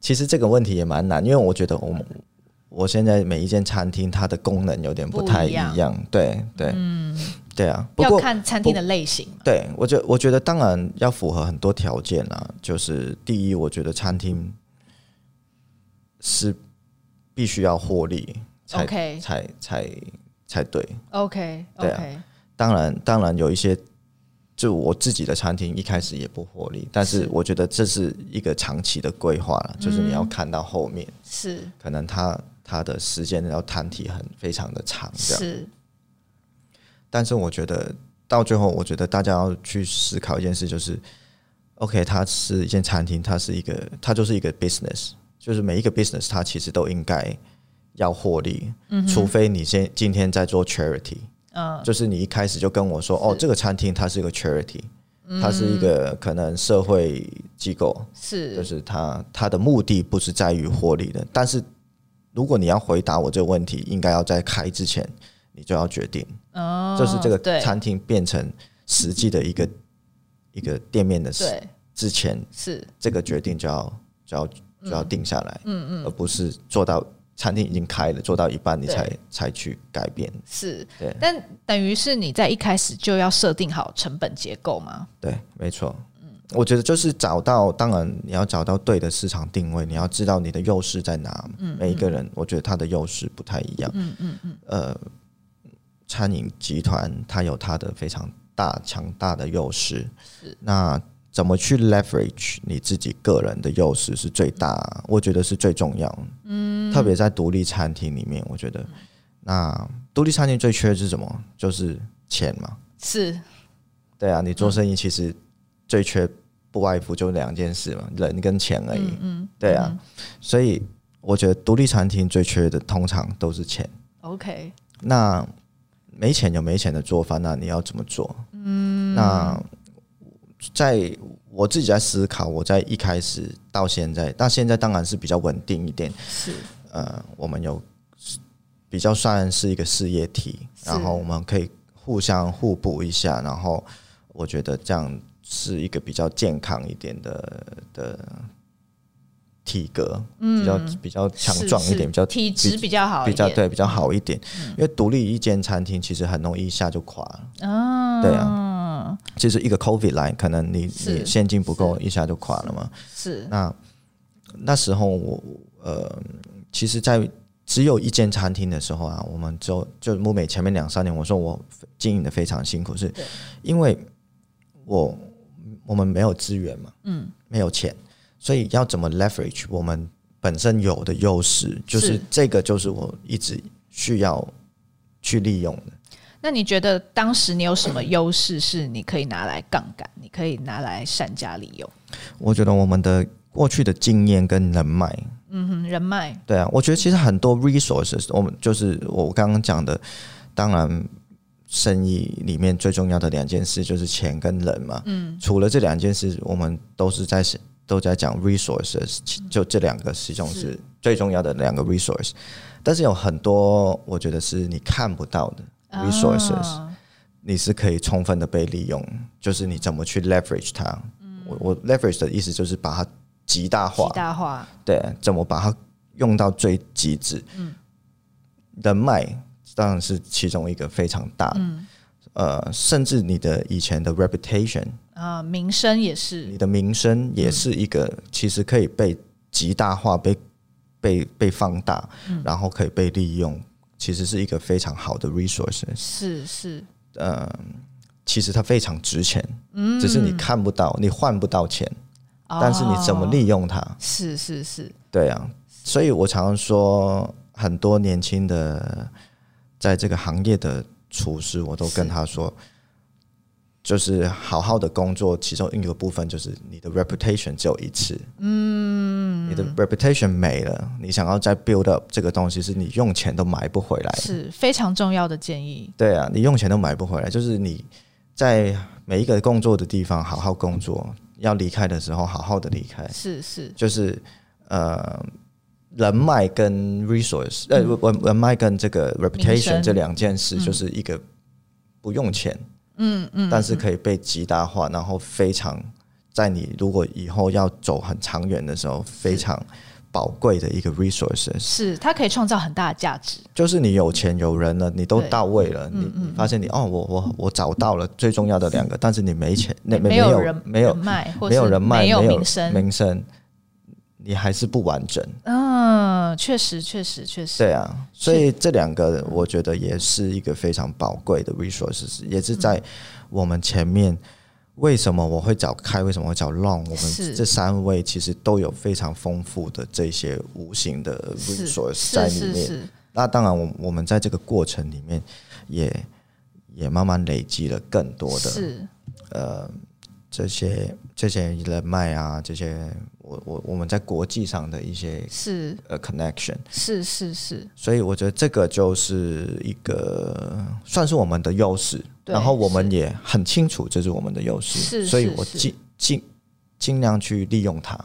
[SPEAKER 2] 其实这个问题也蛮难，因为我觉得我们我现在每一间餐厅它的功能有点不太一样，
[SPEAKER 1] 不一
[SPEAKER 2] 对对，嗯，对啊。不
[SPEAKER 1] 要
[SPEAKER 2] 过
[SPEAKER 1] 看餐厅的类型嘛。
[SPEAKER 2] 对我觉我觉得当然要符合很多条件啦，就是第一，我觉得餐厅是必须要获利才
[SPEAKER 1] OK
[SPEAKER 2] 才才才对，
[SPEAKER 1] OK
[SPEAKER 2] 对
[SPEAKER 1] OK，、
[SPEAKER 2] 啊当然，当然有一些，就我自己的餐厅一开始也不获利，但是
[SPEAKER 1] 是
[SPEAKER 2] 我觉得这是一个长期的规划了，就是你要看到后面，
[SPEAKER 1] 是
[SPEAKER 2] 可能它它的啊时间要摊体很非常的长这样。
[SPEAKER 1] 是
[SPEAKER 2] 但是我觉得到最后，我觉得大家要去思考一件事，就是，OK，它是一间餐厅，它是一个，它就是一个 business，就是每一个 business 它其实都应该要获利，
[SPEAKER 1] 嗯哼
[SPEAKER 2] 除非你先今天在做 charity，
[SPEAKER 1] 嗯
[SPEAKER 2] 就是你一开始就跟我说，哦，
[SPEAKER 1] 是嗯
[SPEAKER 2] 这个餐厅它是一个 charity，它是一个可能社会机构，就是是它它的目的不是在于获利的，但是如果你要回答我这个问题，应该要在开之前你就要决定，
[SPEAKER 1] 哦，
[SPEAKER 2] 就是这个
[SPEAKER 1] 对
[SPEAKER 2] 餐厅变成实际的一个一个店面的事
[SPEAKER 1] 对
[SPEAKER 2] 之前，
[SPEAKER 1] 是
[SPEAKER 2] 这个决定就要就要就要定下来，嗯嗯，而不是做到餐厅已经开了，做到一半你
[SPEAKER 1] 对
[SPEAKER 2] 才才去改变，
[SPEAKER 1] 是
[SPEAKER 2] 对，
[SPEAKER 1] 但等于是你在一开始就要设定好成本结构嘛？
[SPEAKER 2] 对，没错。我觉得就是找到，当然你要找到对的市场定位，你要知道你的优势在哪。每一个人，我觉得他的优势不太一样。嗯嗯嗯。呃，餐饮集团它有它的非常大强大的优势。那怎么去 leverage 你自己个人的优势是最大，我觉得是最重要。嗯。特别在独立餐厅里面，我觉得那独立餐厅最缺的是什么？就是钱嘛。
[SPEAKER 1] 是
[SPEAKER 2] 对啊，你做生意其实最缺不外乎就两件事嘛，人跟钱而已。嗯，对啊，所以我觉得独立餐厅最缺的通常都是钱。
[SPEAKER 1] OK，
[SPEAKER 2] 那没钱有没钱的做法，那你要怎么做？嗯，那在我自己在思考，我在一开始到现在，那现在当然是比较稳定一点。
[SPEAKER 1] 是
[SPEAKER 2] 呃，我们有比较算是一个事业体，
[SPEAKER 1] 是
[SPEAKER 2] 然后我们可以互相互补一下，然后我觉得这样是一个比较健康一点的的体格，比较比较强壮一
[SPEAKER 1] 嗯是
[SPEAKER 2] 点，比较
[SPEAKER 1] 体质比较好一
[SPEAKER 2] 比较
[SPEAKER 1] 点，
[SPEAKER 2] 对比较好一点，
[SPEAKER 1] 嗯
[SPEAKER 2] 因为独立一间餐厅其实很容易一下就垮了。
[SPEAKER 1] 啊，
[SPEAKER 2] 对啊，其实一个 COVID 来，可能你
[SPEAKER 1] 是
[SPEAKER 2] 你现金不够，一下就垮了嘛。
[SPEAKER 1] 是
[SPEAKER 2] 那那时候我呃，其实，在只有一间餐厅的时候啊，我们就就木美前面两三年，我说我经营的非常辛苦，是
[SPEAKER 1] 对
[SPEAKER 2] 因为我我们没有资源嘛，嗯，没有钱，所以要怎么 leverage 我们本身有的优势，就是
[SPEAKER 1] 是
[SPEAKER 2] 这个就是我一直需要去利用的。
[SPEAKER 1] 那你觉得当时你有什么优势是你可以拿来杠杆，你可以拿来善加利用？
[SPEAKER 2] 我觉得我们的过去的经验跟人脉，
[SPEAKER 1] 嗯哼，人脉
[SPEAKER 2] 对啊，我觉得其实很多 resources，我们就是我刚刚讲的，当然生意里面最重要的两件事就是钱跟人嘛。嗯，除了这两件事，我们都是在都在讲 resources，其就这两个其中嗯是最重要的两个 resource。但是有很多我觉得是你看不到的嗯 resources，、
[SPEAKER 1] 啊
[SPEAKER 2] 你是可以充分的被利用，就是你怎么去 leverage 它。我我 leverage 的意思就是把它极大化
[SPEAKER 1] 极，大化
[SPEAKER 2] 对，怎么把它用到最极致？人脉当然是其中一个非常大的，呃，甚至你的以前的 reputation，
[SPEAKER 1] 啊，名声也是
[SPEAKER 2] 你的名声也是一个其实可以被极大化、被被被放大，然后可以被利用，其实是一个非常好的 resources。
[SPEAKER 1] 是是
[SPEAKER 2] 呃，其实它非常值钱，只是你看不到，你换不到钱，但是你怎么利用它？
[SPEAKER 1] 哦是是是
[SPEAKER 2] 对啊，所以我常常说，很多年轻的在这个行业的厨师，我都跟他说，就是好好的工作，其中一个部分就是你的 reputation 只有一次，嗯，你的 reputation 没了，你想要再 build up 这个东西，是你用钱都买不回来的。
[SPEAKER 1] 是非常重要的建议，
[SPEAKER 2] 对啊，你用钱都买不回来，就是你在每一个工作的地方好好工作，要离开的时候好好的离开。
[SPEAKER 1] 是是
[SPEAKER 2] 就是呃人脉跟 resource，呃人人脉跟这个
[SPEAKER 1] 嗯名
[SPEAKER 2] reputation
[SPEAKER 1] 声嗯
[SPEAKER 2] 这两件事，就是一个不用钱，嗯嗯，但是可以被极大化，然后非常在你如果以后要走很长远的时候，非常宝贵的一个 resources。
[SPEAKER 1] 是，它可以创造很大的价值，
[SPEAKER 2] 就是你有钱有人了，你都
[SPEAKER 1] 对
[SPEAKER 2] 到位
[SPEAKER 1] 嗯
[SPEAKER 2] 了，你你发现你哦，我我我找到了最重要的两个，但是你没钱，那没
[SPEAKER 1] 有
[SPEAKER 2] 有
[SPEAKER 1] 人
[SPEAKER 2] 没有
[SPEAKER 1] 人脉，或
[SPEAKER 2] 没有
[SPEAKER 1] 是
[SPEAKER 2] 人脉，
[SPEAKER 1] 没
[SPEAKER 2] 没
[SPEAKER 1] 有
[SPEAKER 2] 有
[SPEAKER 1] 名声，
[SPEAKER 2] 名声，你还是不完整。
[SPEAKER 1] 嗯，确实确实确实，
[SPEAKER 2] 对啊，所以这两个我觉得也是一个非常宝贵的 resources，也是在我们前面。为什么我会找开？为什么会找 long？我
[SPEAKER 1] 是
[SPEAKER 2] 们这三位其实都有非常丰富的这些无形的
[SPEAKER 1] 是
[SPEAKER 2] resource 在
[SPEAKER 1] 是
[SPEAKER 2] 里
[SPEAKER 1] 是
[SPEAKER 2] 面。
[SPEAKER 1] 是，
[SPEAKER 2] 那当然，我我们在这个过程里面也也慢慢累积了更多的
[SPEAKER 1] 是
[SPEAKER 2] 呃这些这些人脉啊，这些我我我们在国际上的一些
[SPEAKER 1] 是
[SPEAKER 2] 呃 connection，
[SPEAKER 1] 是是是，
[SPEAKER 2] 所以我觉得这个就是一个算是我们的优势，
[SPEAKER 1] 对
[SPEAKER 2] 然后我们也很清楚这是我们的优势，
[SPEAKER 1] 是
[SPEAKER 2] 所以
[SPEAKER 1] 是
[SPEAKER 2] 我
[SPEAKER 1] 是
[SPEAKER 2] 尽尽尽量去利用它。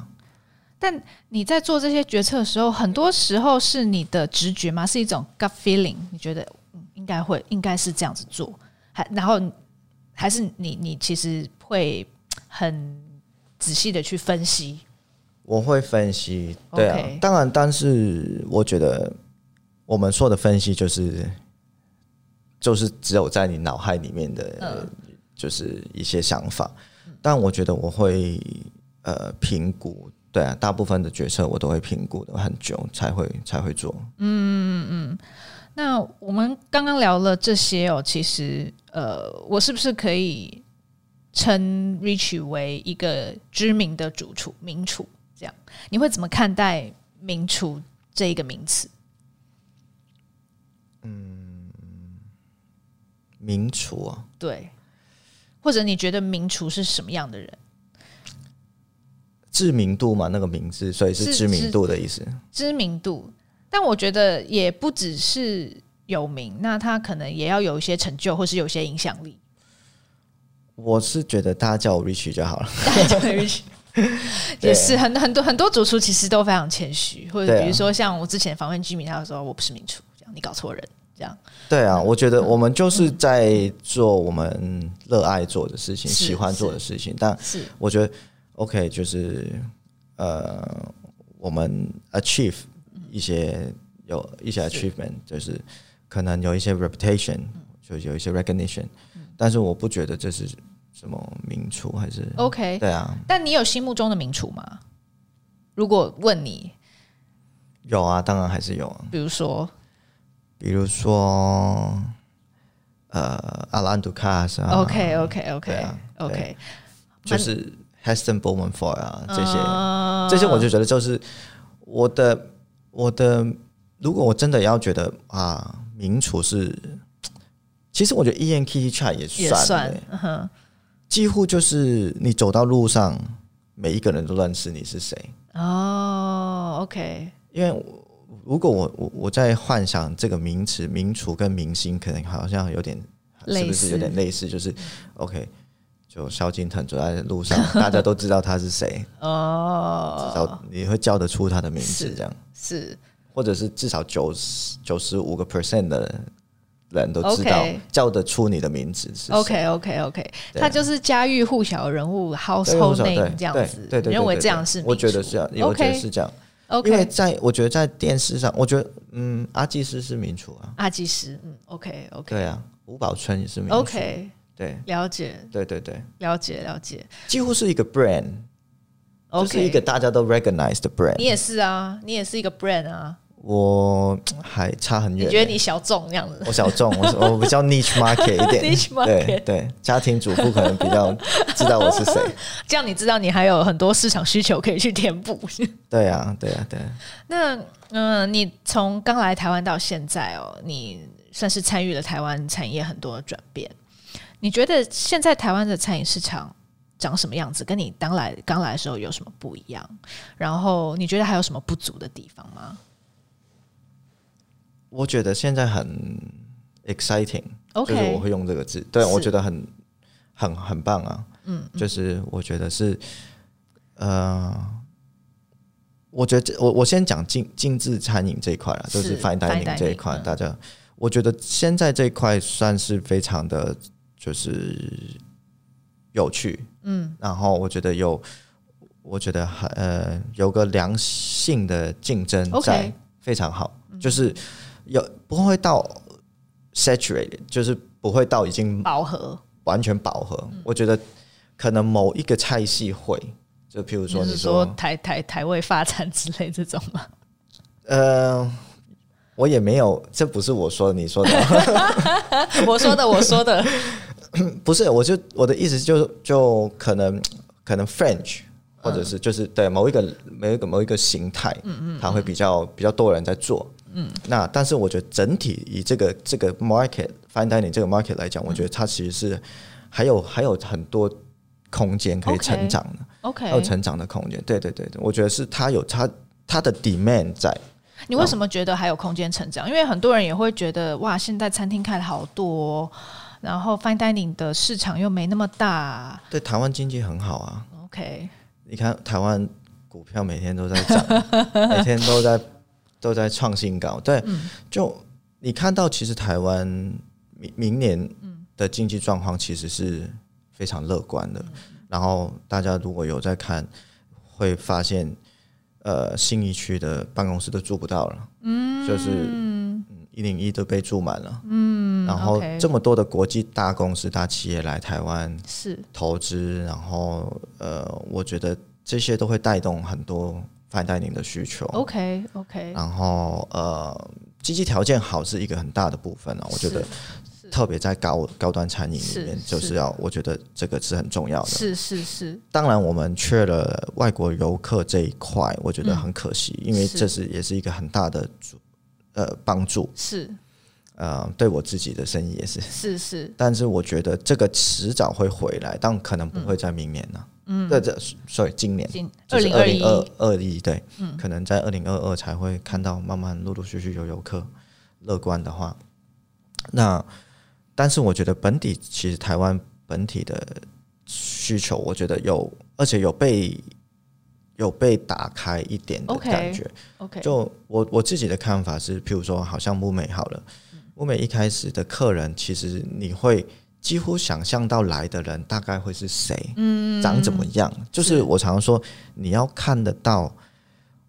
[SPEAKER 1] 但你在做这些决策的时候，很多时候是你的直觉吗？是一种 gut feeling？你觉得嗯应该会，应该是这样子做，还然后还是你你其实会很仔细的去分析。
[SPEAKER 2] 我会分析，对啊
[SPEAKER 1] OK
[SPEAKER 2] 当然，但是我觉得我们说的分析就是，就是只有在你脑海里面的，
[SPEAKER 1] 嗯
[SPEAKER 2] 就是一些想法。但我觉得我会呃评估，对啊，大部分的决策我都会评估的很久才会才会做。
[SPEAKER 1] 那我们刚刚聊了这些哦，其实呃，我是不是可以称 Rich 为一个知名的主厨、名厨？这样你会怎么看待“名厨”这一个名词？
[SPEAKER 2] 名厨啊，
[SPEAKER 1] 对，或者你觉得名厨是什么样的人？
[SPEAKER 2] 知名度嘛，那个名字，所以是
[SPEAKER 1] 是
[SPEAKER 2] 知名
[SPEAKER 1] 是
[SPEAKER 2] 度的意思。
[SPEAKER 1] 知名度，但我觉得也不只是有名，那他可能也要有一些成就，或是有一些影响 力。
[SPEAKER 2] 我是觉得大家叫我 Rich 就好了。
[SPEAKER 1] 也是很很多很多主厨其实都非常谦虚，或者
[SPEAKER 2] 对啊
[SPEAKER 1] 比如说像我之前访问居民，他就说我不是名厨，这样你搞错人，这样
[SPEAKER 2] 对啊，我觉得我们就是在做我们热爱做的事情、
[SPEAKER 1] 是
[SPEAKER 2] 喜欢做的事情。但
[SPEAKER 1] 是
[SPEAKER 2] 我觉得 OK，就是呃，我们 achieve 一些有一些 achievement，就是可能有一些 reputation，就
[SPEAKER 1] 嗯
[SPEAKER 2] 有一些 recognition，但是我不觉得这是什么名厨还是
[SPEAKER 1] OK。
[SPEAKER 2] 对啊，
[SPEAKER 1] 但你有心目中的名厨吗？如果问你，
[SPEAKER 2] 有啊，当然还是有啊。
[SPEAKER 1] 比如说
[SPEAKER 2] 比如说呃，阿兰杜卡斯啊
[SPEAKER 1] OK OK OK
[SPEAKER 2] 对啊
[SPEAKER 1] OK，
[SPEAKER 2] 就是。Heston Bowman f o r 啊，
[SPEAKER 1] 嗯
[SPEAKER 2] 这些、
[SPEAKER 1] 些
[SPEAKER 2] 这些我就觉得就是我的我的，如果我真的要觉得啊，名厨是，其实我觉得 E N K T Chat 也
[SPEAKER 1] 也
[SPEAKER 2] 算欸，
[SPEAKER 1] 算，嗯哼
[SPEAKER 2] 几乎就是你走到路上，每一个人都认识你是谁。
[SPEAKER 1] 哦，OK，
[SPEAKER 2] 因为我如果我我我在幻想这个名词，名厨跟明星可能好像有点，是
[SPEAKER 1] 类
[SPEAKER 2] 不
[SPEAKER 1] 似
[SPEAKER 2] 是有点类似？就是 OK，就萧敬腾走在 路上，大家都知道他是谁，
[SPEAKER 1] 哦，
[SPEAKER 2] 至少你会叫得出他的名字
[SPEAKER 1] 是
[SPEAKER 2] 这样。
[SPEAKER 1] 是
[SPEAKER 2] 或者是至少九十九十五个 percent 的人都知道
[SPEAKER 1] OK
[SPEAKER 2] 叫得出你的名字是谁
[SPEAKER 1] OK OK OK，
[SPEAKER 2] 对啊
[SPEAKER 1] 他就是家喻户晓的人物
[SPEAKER 2] 对我
[SPEAKER 1] household
[SPEAKER 2] 懂
[SPEAKER 1] name
[SPEAKER 2] 对
[SPEAKER 1] 这样
[SPEAKER 2] 对
[SPEAKER 1] 子，
[SPEAKER 2] 对对对，
[SPEAKER 1] 你认为
[SPEAKER 2] 对
[SPEAKER 1] 这样是
[SPEAKER 2] 我觉
[SPEAKER 1] 民
[SPEAKER 2] 得
[SPEAKER 1] 俗
[SPEAKER 2] 是这样，我觉得
[SPEAKER 1] OK
[SPEAKER 2] 是这样，因为
[SPEAKER 1] OK
[SPEAKER 2] 在我觉得在电视上，我觉得嗯，阿基斯是民厨啊，
[SPEAKER 1] 阿基师，嗯 OK OK
[SPEAKER 2] 对啊，吴宝春也是民厨
[SPEAKER 1] OK，
[SPEAKER 2] 对
[SPEAKER 1] 了解
[SPEAKER 2] 对对对，
[SPEAKER 1] 了解了解
[SPEAKER 2] 几乎是一个 brand，就是一个
[SPEAKER 1] ，OK，
[SPEAKER 2] 大家都 recognize 的
[SPEAKER 1] 你
[SPEAKER 2] brand，
[SPEAKER 1] 也是啊，你也是一个 brand 啊，
[SPEAKER 2] 我嗯还差很
[SPEAKER 1] 你
[SPEAKER 2] 远
[SPEAKER 1] 觉得
[SPEAKER 2] 欸。
[SPEAKER 1] 你小众这样子
[SPEAKER 2] 我小众，我是我比 较 niche market 一点
[SPEAKER 1] Niche market
[SPEAKER 2] 对对，家庭主妇可能比较知道我是谁。
[SPEAKER 1] 这样你知道你还有很多市场需求可以去填补。
[SPEAKER 2] 对啊，对啊，对啊。
[SPEAKER 1] 那嗯、呃你从刚来台湾到现在哦，你算是参与了台湾产业很多的转变。你觉得现在台湾的餐饮市场长什么样子？跟你当来刚来的时候有什么不一样？然后你觉得还有什么不足的地方吗
[SPEAKER 2] 我觉得现在很 exciting，就是我
[SPEAKER 1] ？OK，
[SPEAKER 2] 会用这个字。对，
[SPEAKER 1] 是
[SPEAKER 2] 我觉得很很很棒啊。嗯，就是我觉得是，呃，我觉得这我我先讲精精致餐饮这一块啊，就是是 fine
[SPEAKER 1] fine
[SPEAKER 2] dining 这一块，
[SPEAKER 1] dining，嗯
[SPEAKER 2] 大家我觉得现在这一块算是非常的，就是有趣。嗯，然后我觉得有。我觉得还呃有个良性的竞争在
[SPEAKER 1] OK
[SPEAKER 2] 非常好，就是有不会到 saturated，就是不会到已经
[SPEAKER 1] 饱和
[SPEAKER 2] 完全饱和。
[SPEAKER 1] 嗯
[SPEAKER 2] 我觉得可能某一个菜系会，就譬如说
[SPEAKER 1] 就
[SPEAKER 2] 你
[SPEAKER 1] 是说台台台位发展之类这种吗？
[SPEAKER 2] 呃，我也没有，这不是我说的，你 说的，
[SPEAKER 1] 我说的，我说的，
[SPEAKER 2] 不是，我就我的意思就就可能可能 French。或者是就是对某一个某一个某一个形态，它会比较比较多人在做，嗯，那但是我觉得整体以这个这个 market fine dining 这个 market 来讲，我觉得它其实是还有还有很多空间可以
[SPEAKER 1] OK
[SPEAKER 2] 成长的， 还 有
[SPEAKER 1] ，OK。
[SPEAKER 2] 成长的空间。对对对，对我觉得是它有它它的 demand 在。
[SPEAKER 1] 你为什么觉得还有空间成长？因为很多人也会觉得，哇，现在餐厅开了好多哦、然后 fine dining 的市场又没那么大。
[SPEAKER 2] 对台湾经济很好啊，
[SPEAKER 1] OK，
[SPEAKER 2] 你看台湾股票每天都在 涨，每天都在都在创新高。对，就你看到其实台湾明明年的经济状况其实是非常乐观的。然后大家如果有在看，会发现呃新一区的办公室都住不到了，嗯，就是一零一都被住满了，嗯，然后
[SPEAKER 1] OK
[SPEAKER 2] 这么多的国际大公司、大企业来台湾
[SPEAKER 1] 是
[SPEAKER 2] 投资，然后呃，我觉得这些都会带动很多 fine dining 的需求。
[SPEAKER 1] OK OK，
[SPEAKER 2] 然后呃，经济条件好是一个很大的部分啊，我觉得特别在高高端餐饮里面
[SPEAKER 1] 是，
[SPEAKER 2] 就是
[SPEAKER 1] 是
[SPEAKER 2] 要我觉得这个是很重要的。
[SPEAKER 1] 是是是，
[SPEAKER 2] 当然，我们缺了外国游客这一块，我觉得很可惜，因为
[SPEAKER 1] 是
[SPEAKER 2] 这是也是一个很大的助呃帮助，
[SPEAKER 1] 是
[SPEAKER 2] 呃，对我自己的生意也是。
[SPEAKER 1] 是是，
[SPEAKER 2] 但是我觉得这个迟早会回来，但可能不会在明年呢、嗯，对，这 sorry，今年
[SPEAKER 1] 今
[SPEAKER 2] 就
[SPEAKER 1] 二
[SPEAKER 2] 是
[SPEAKER 1] 零二
[SPEAKER 2] 零
[SPEAKER 1] 一嗯
[SPEAKER 2] 二二一，对，可能在二零二二才会看到慢慢陆陆续续有游客。乐观的话，那但是我觉得本地其实台湾本体的需求，我觉得有，而且有被有被打开一点的
[SPEAKER 1] OK
[SPEAKER 2] 感觉。
[SPEAKER 1] OK，
[SPEAKER 2] 就我我自己的看法是，譬如说，好像木美好了，木美一开始的客人，其实你会几乎想象到来的人大概会是谁，嗯，长怎么样，就是我常常说，你要看得到，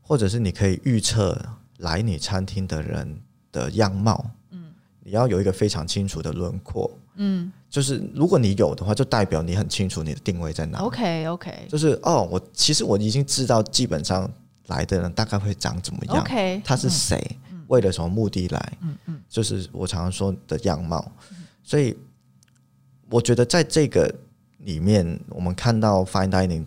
[SPEAKER 2] 或者是你可以预测来你餐厅的人的样貌，嗯，你要有一个非常清楚的轮廓，嗯，就是如果你有的话，就代表你很清楚你的定位在哪，
[SPEAKER 1] OK OK
[SPEAKER 2] 就是哦，我其实我已经知道基本上来的人大概会长怎么样。
[SPEAKER 1] OK，
[SPEAKER 2] 他是谁，为了什么目的来，就是我常常说的样貌。所以我觉得在这个里面，我们看到 fine dining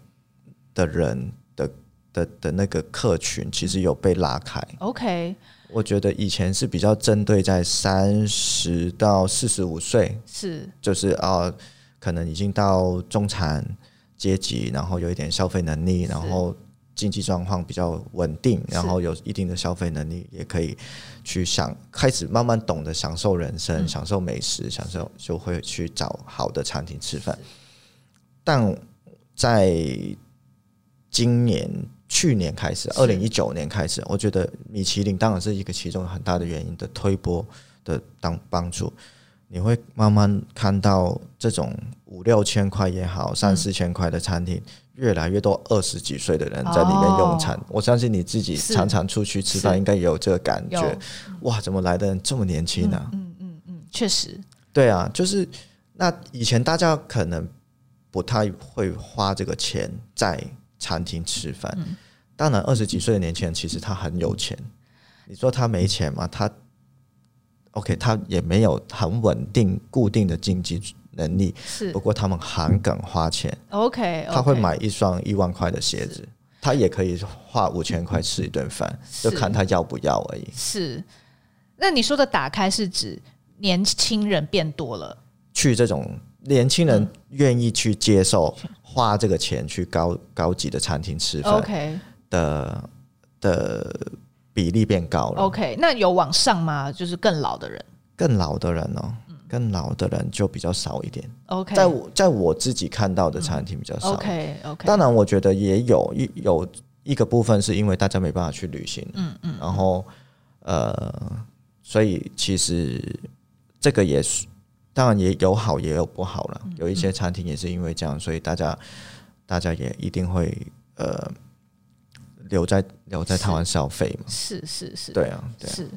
[SPEAKER 2] 的人的的的那个客群，其实有被拉开。
[SPEAKER 1] OK
[SPEAKER 2] 我觉得以前是比较针对在三十到四十五岁，
[SPEAKER 1] 是
[SPEAKER 2] 就是啊、呃可能已经到中产阶级，然后有一点消费能力，然后经济状况比较稳定，
[SPEAKER 1] 是
[SPEAKER 2] 然后有一定的消费能力，也可以去享开始慢慢懂得享受人生、
[SPEAKER 1] 嗯
[SPEAKER 2] 享受美食、享受就会去找好的餐厅吃饭。但在今年。去年开始，
[SPEAKER 1] 是
[SPEAKER 2] 二零一九年开始，我觉得米其林当然是一个其中很大的原因的推波的当帮助。你会慢慢看到这种五六千块也好，三
[SPEAKER 1] 嗯
[SPEAKER 2] 四千块的餐厅，越来越多二十几岁的人在里面用餐。我相信你自己
[SPEAKER 1] 哦是
[SPEAKER 2] 常常出去吃饭，
[SPEAKER 1] 是
[SPEAKER 2] 应该也有这个感
[SPEAKER 1] 有
[SPEAKER 2] 觉。哇，怎么来的人这么年轻啊呢、
[SPEAKER 1] 嗯确实
[SPEAKER 2] 对啊，就是那以前大家可能不太会花这个钱在餐厅吃饭。
[SPEAKER 1] 嗯
[SPEAKER 2] 当然，二十几岁的年轻人其实他很有钱。你说他没钱吗？他 OK，他也没有很稳定固定的经济能力。
[SPEAKER 1] 是
[SPEAKER 2] 不过他们很敢花钱，
[SPEAKER 1] OK，
[SPEAKER 2] 哦他会买一双一万块的鞋子，他也可以花五千块吃一顿饭，
[SPEAKER 1] 是
[SPEAKER 2] 就看他要不要而已。
[SPEAKER 1] 是。那你说的打开是指年轻人变多了
[SPEAKER 2] 去这种年轻人愿意去接受
[SPEAKER 1] 嗯
[SPEAKER 2] 花这个钱去高高级的餐厅吃饭
[SPEAKER 1] ？OK
[SPEAKER 2] 的的比例变高了。
[SPEAKER 1] OK，那有往上吗？就是更老的人
[SPEAKER 2] 更老的人哦，更老的人就比较少一点，
[SPEAKER 1] 嗯 OK，
[SPEAKER 2] 在我在我自己看到的餐厅比较少。
[SPEAKER 1] OK OK，
[SPEAKER 2] 当然，我觉得也有一有一个部分是因为大家没办法去旅行，嗯嗯，然后呃，所以其实这个也是，当然也有好也有不好了。
[SPEAKER 1] 嗯
[SPEAKER 2] 有一些餐厅也是因为这样，所以大家大家也一定会呃留在留在台湾消费嘛。
[SPEAKER 1] 是是是，
[SPEAKER 2] 对啊，对啊，
[SPEAKER 1] 是。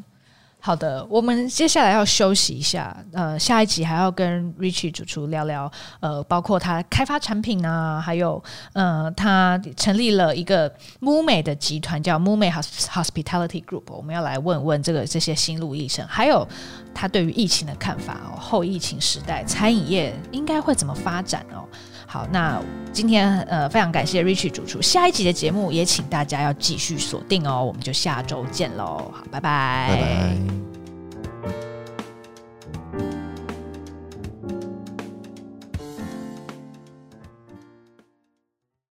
[SPEAKER 1] 好的，我们接下来要休息一下。呃，下一集还要跟 Richie 主厨聊聊，呃，包括他开发产品啊，还有呃，他成立了一个 Mume 的集团，叫 Mume Hos- Hospitality Group。我们要来问问这个这些心路历程，还有他对于疫情的看法哦，后疫情时代餐饮业应该会怎么发展哦。好，那今天呃非常感谢 Richie 主厨，下一集的节目也请大家要继续锁定哦，我们就下周见喽，好，拜拜
[SPEAKER 2] 拜拜。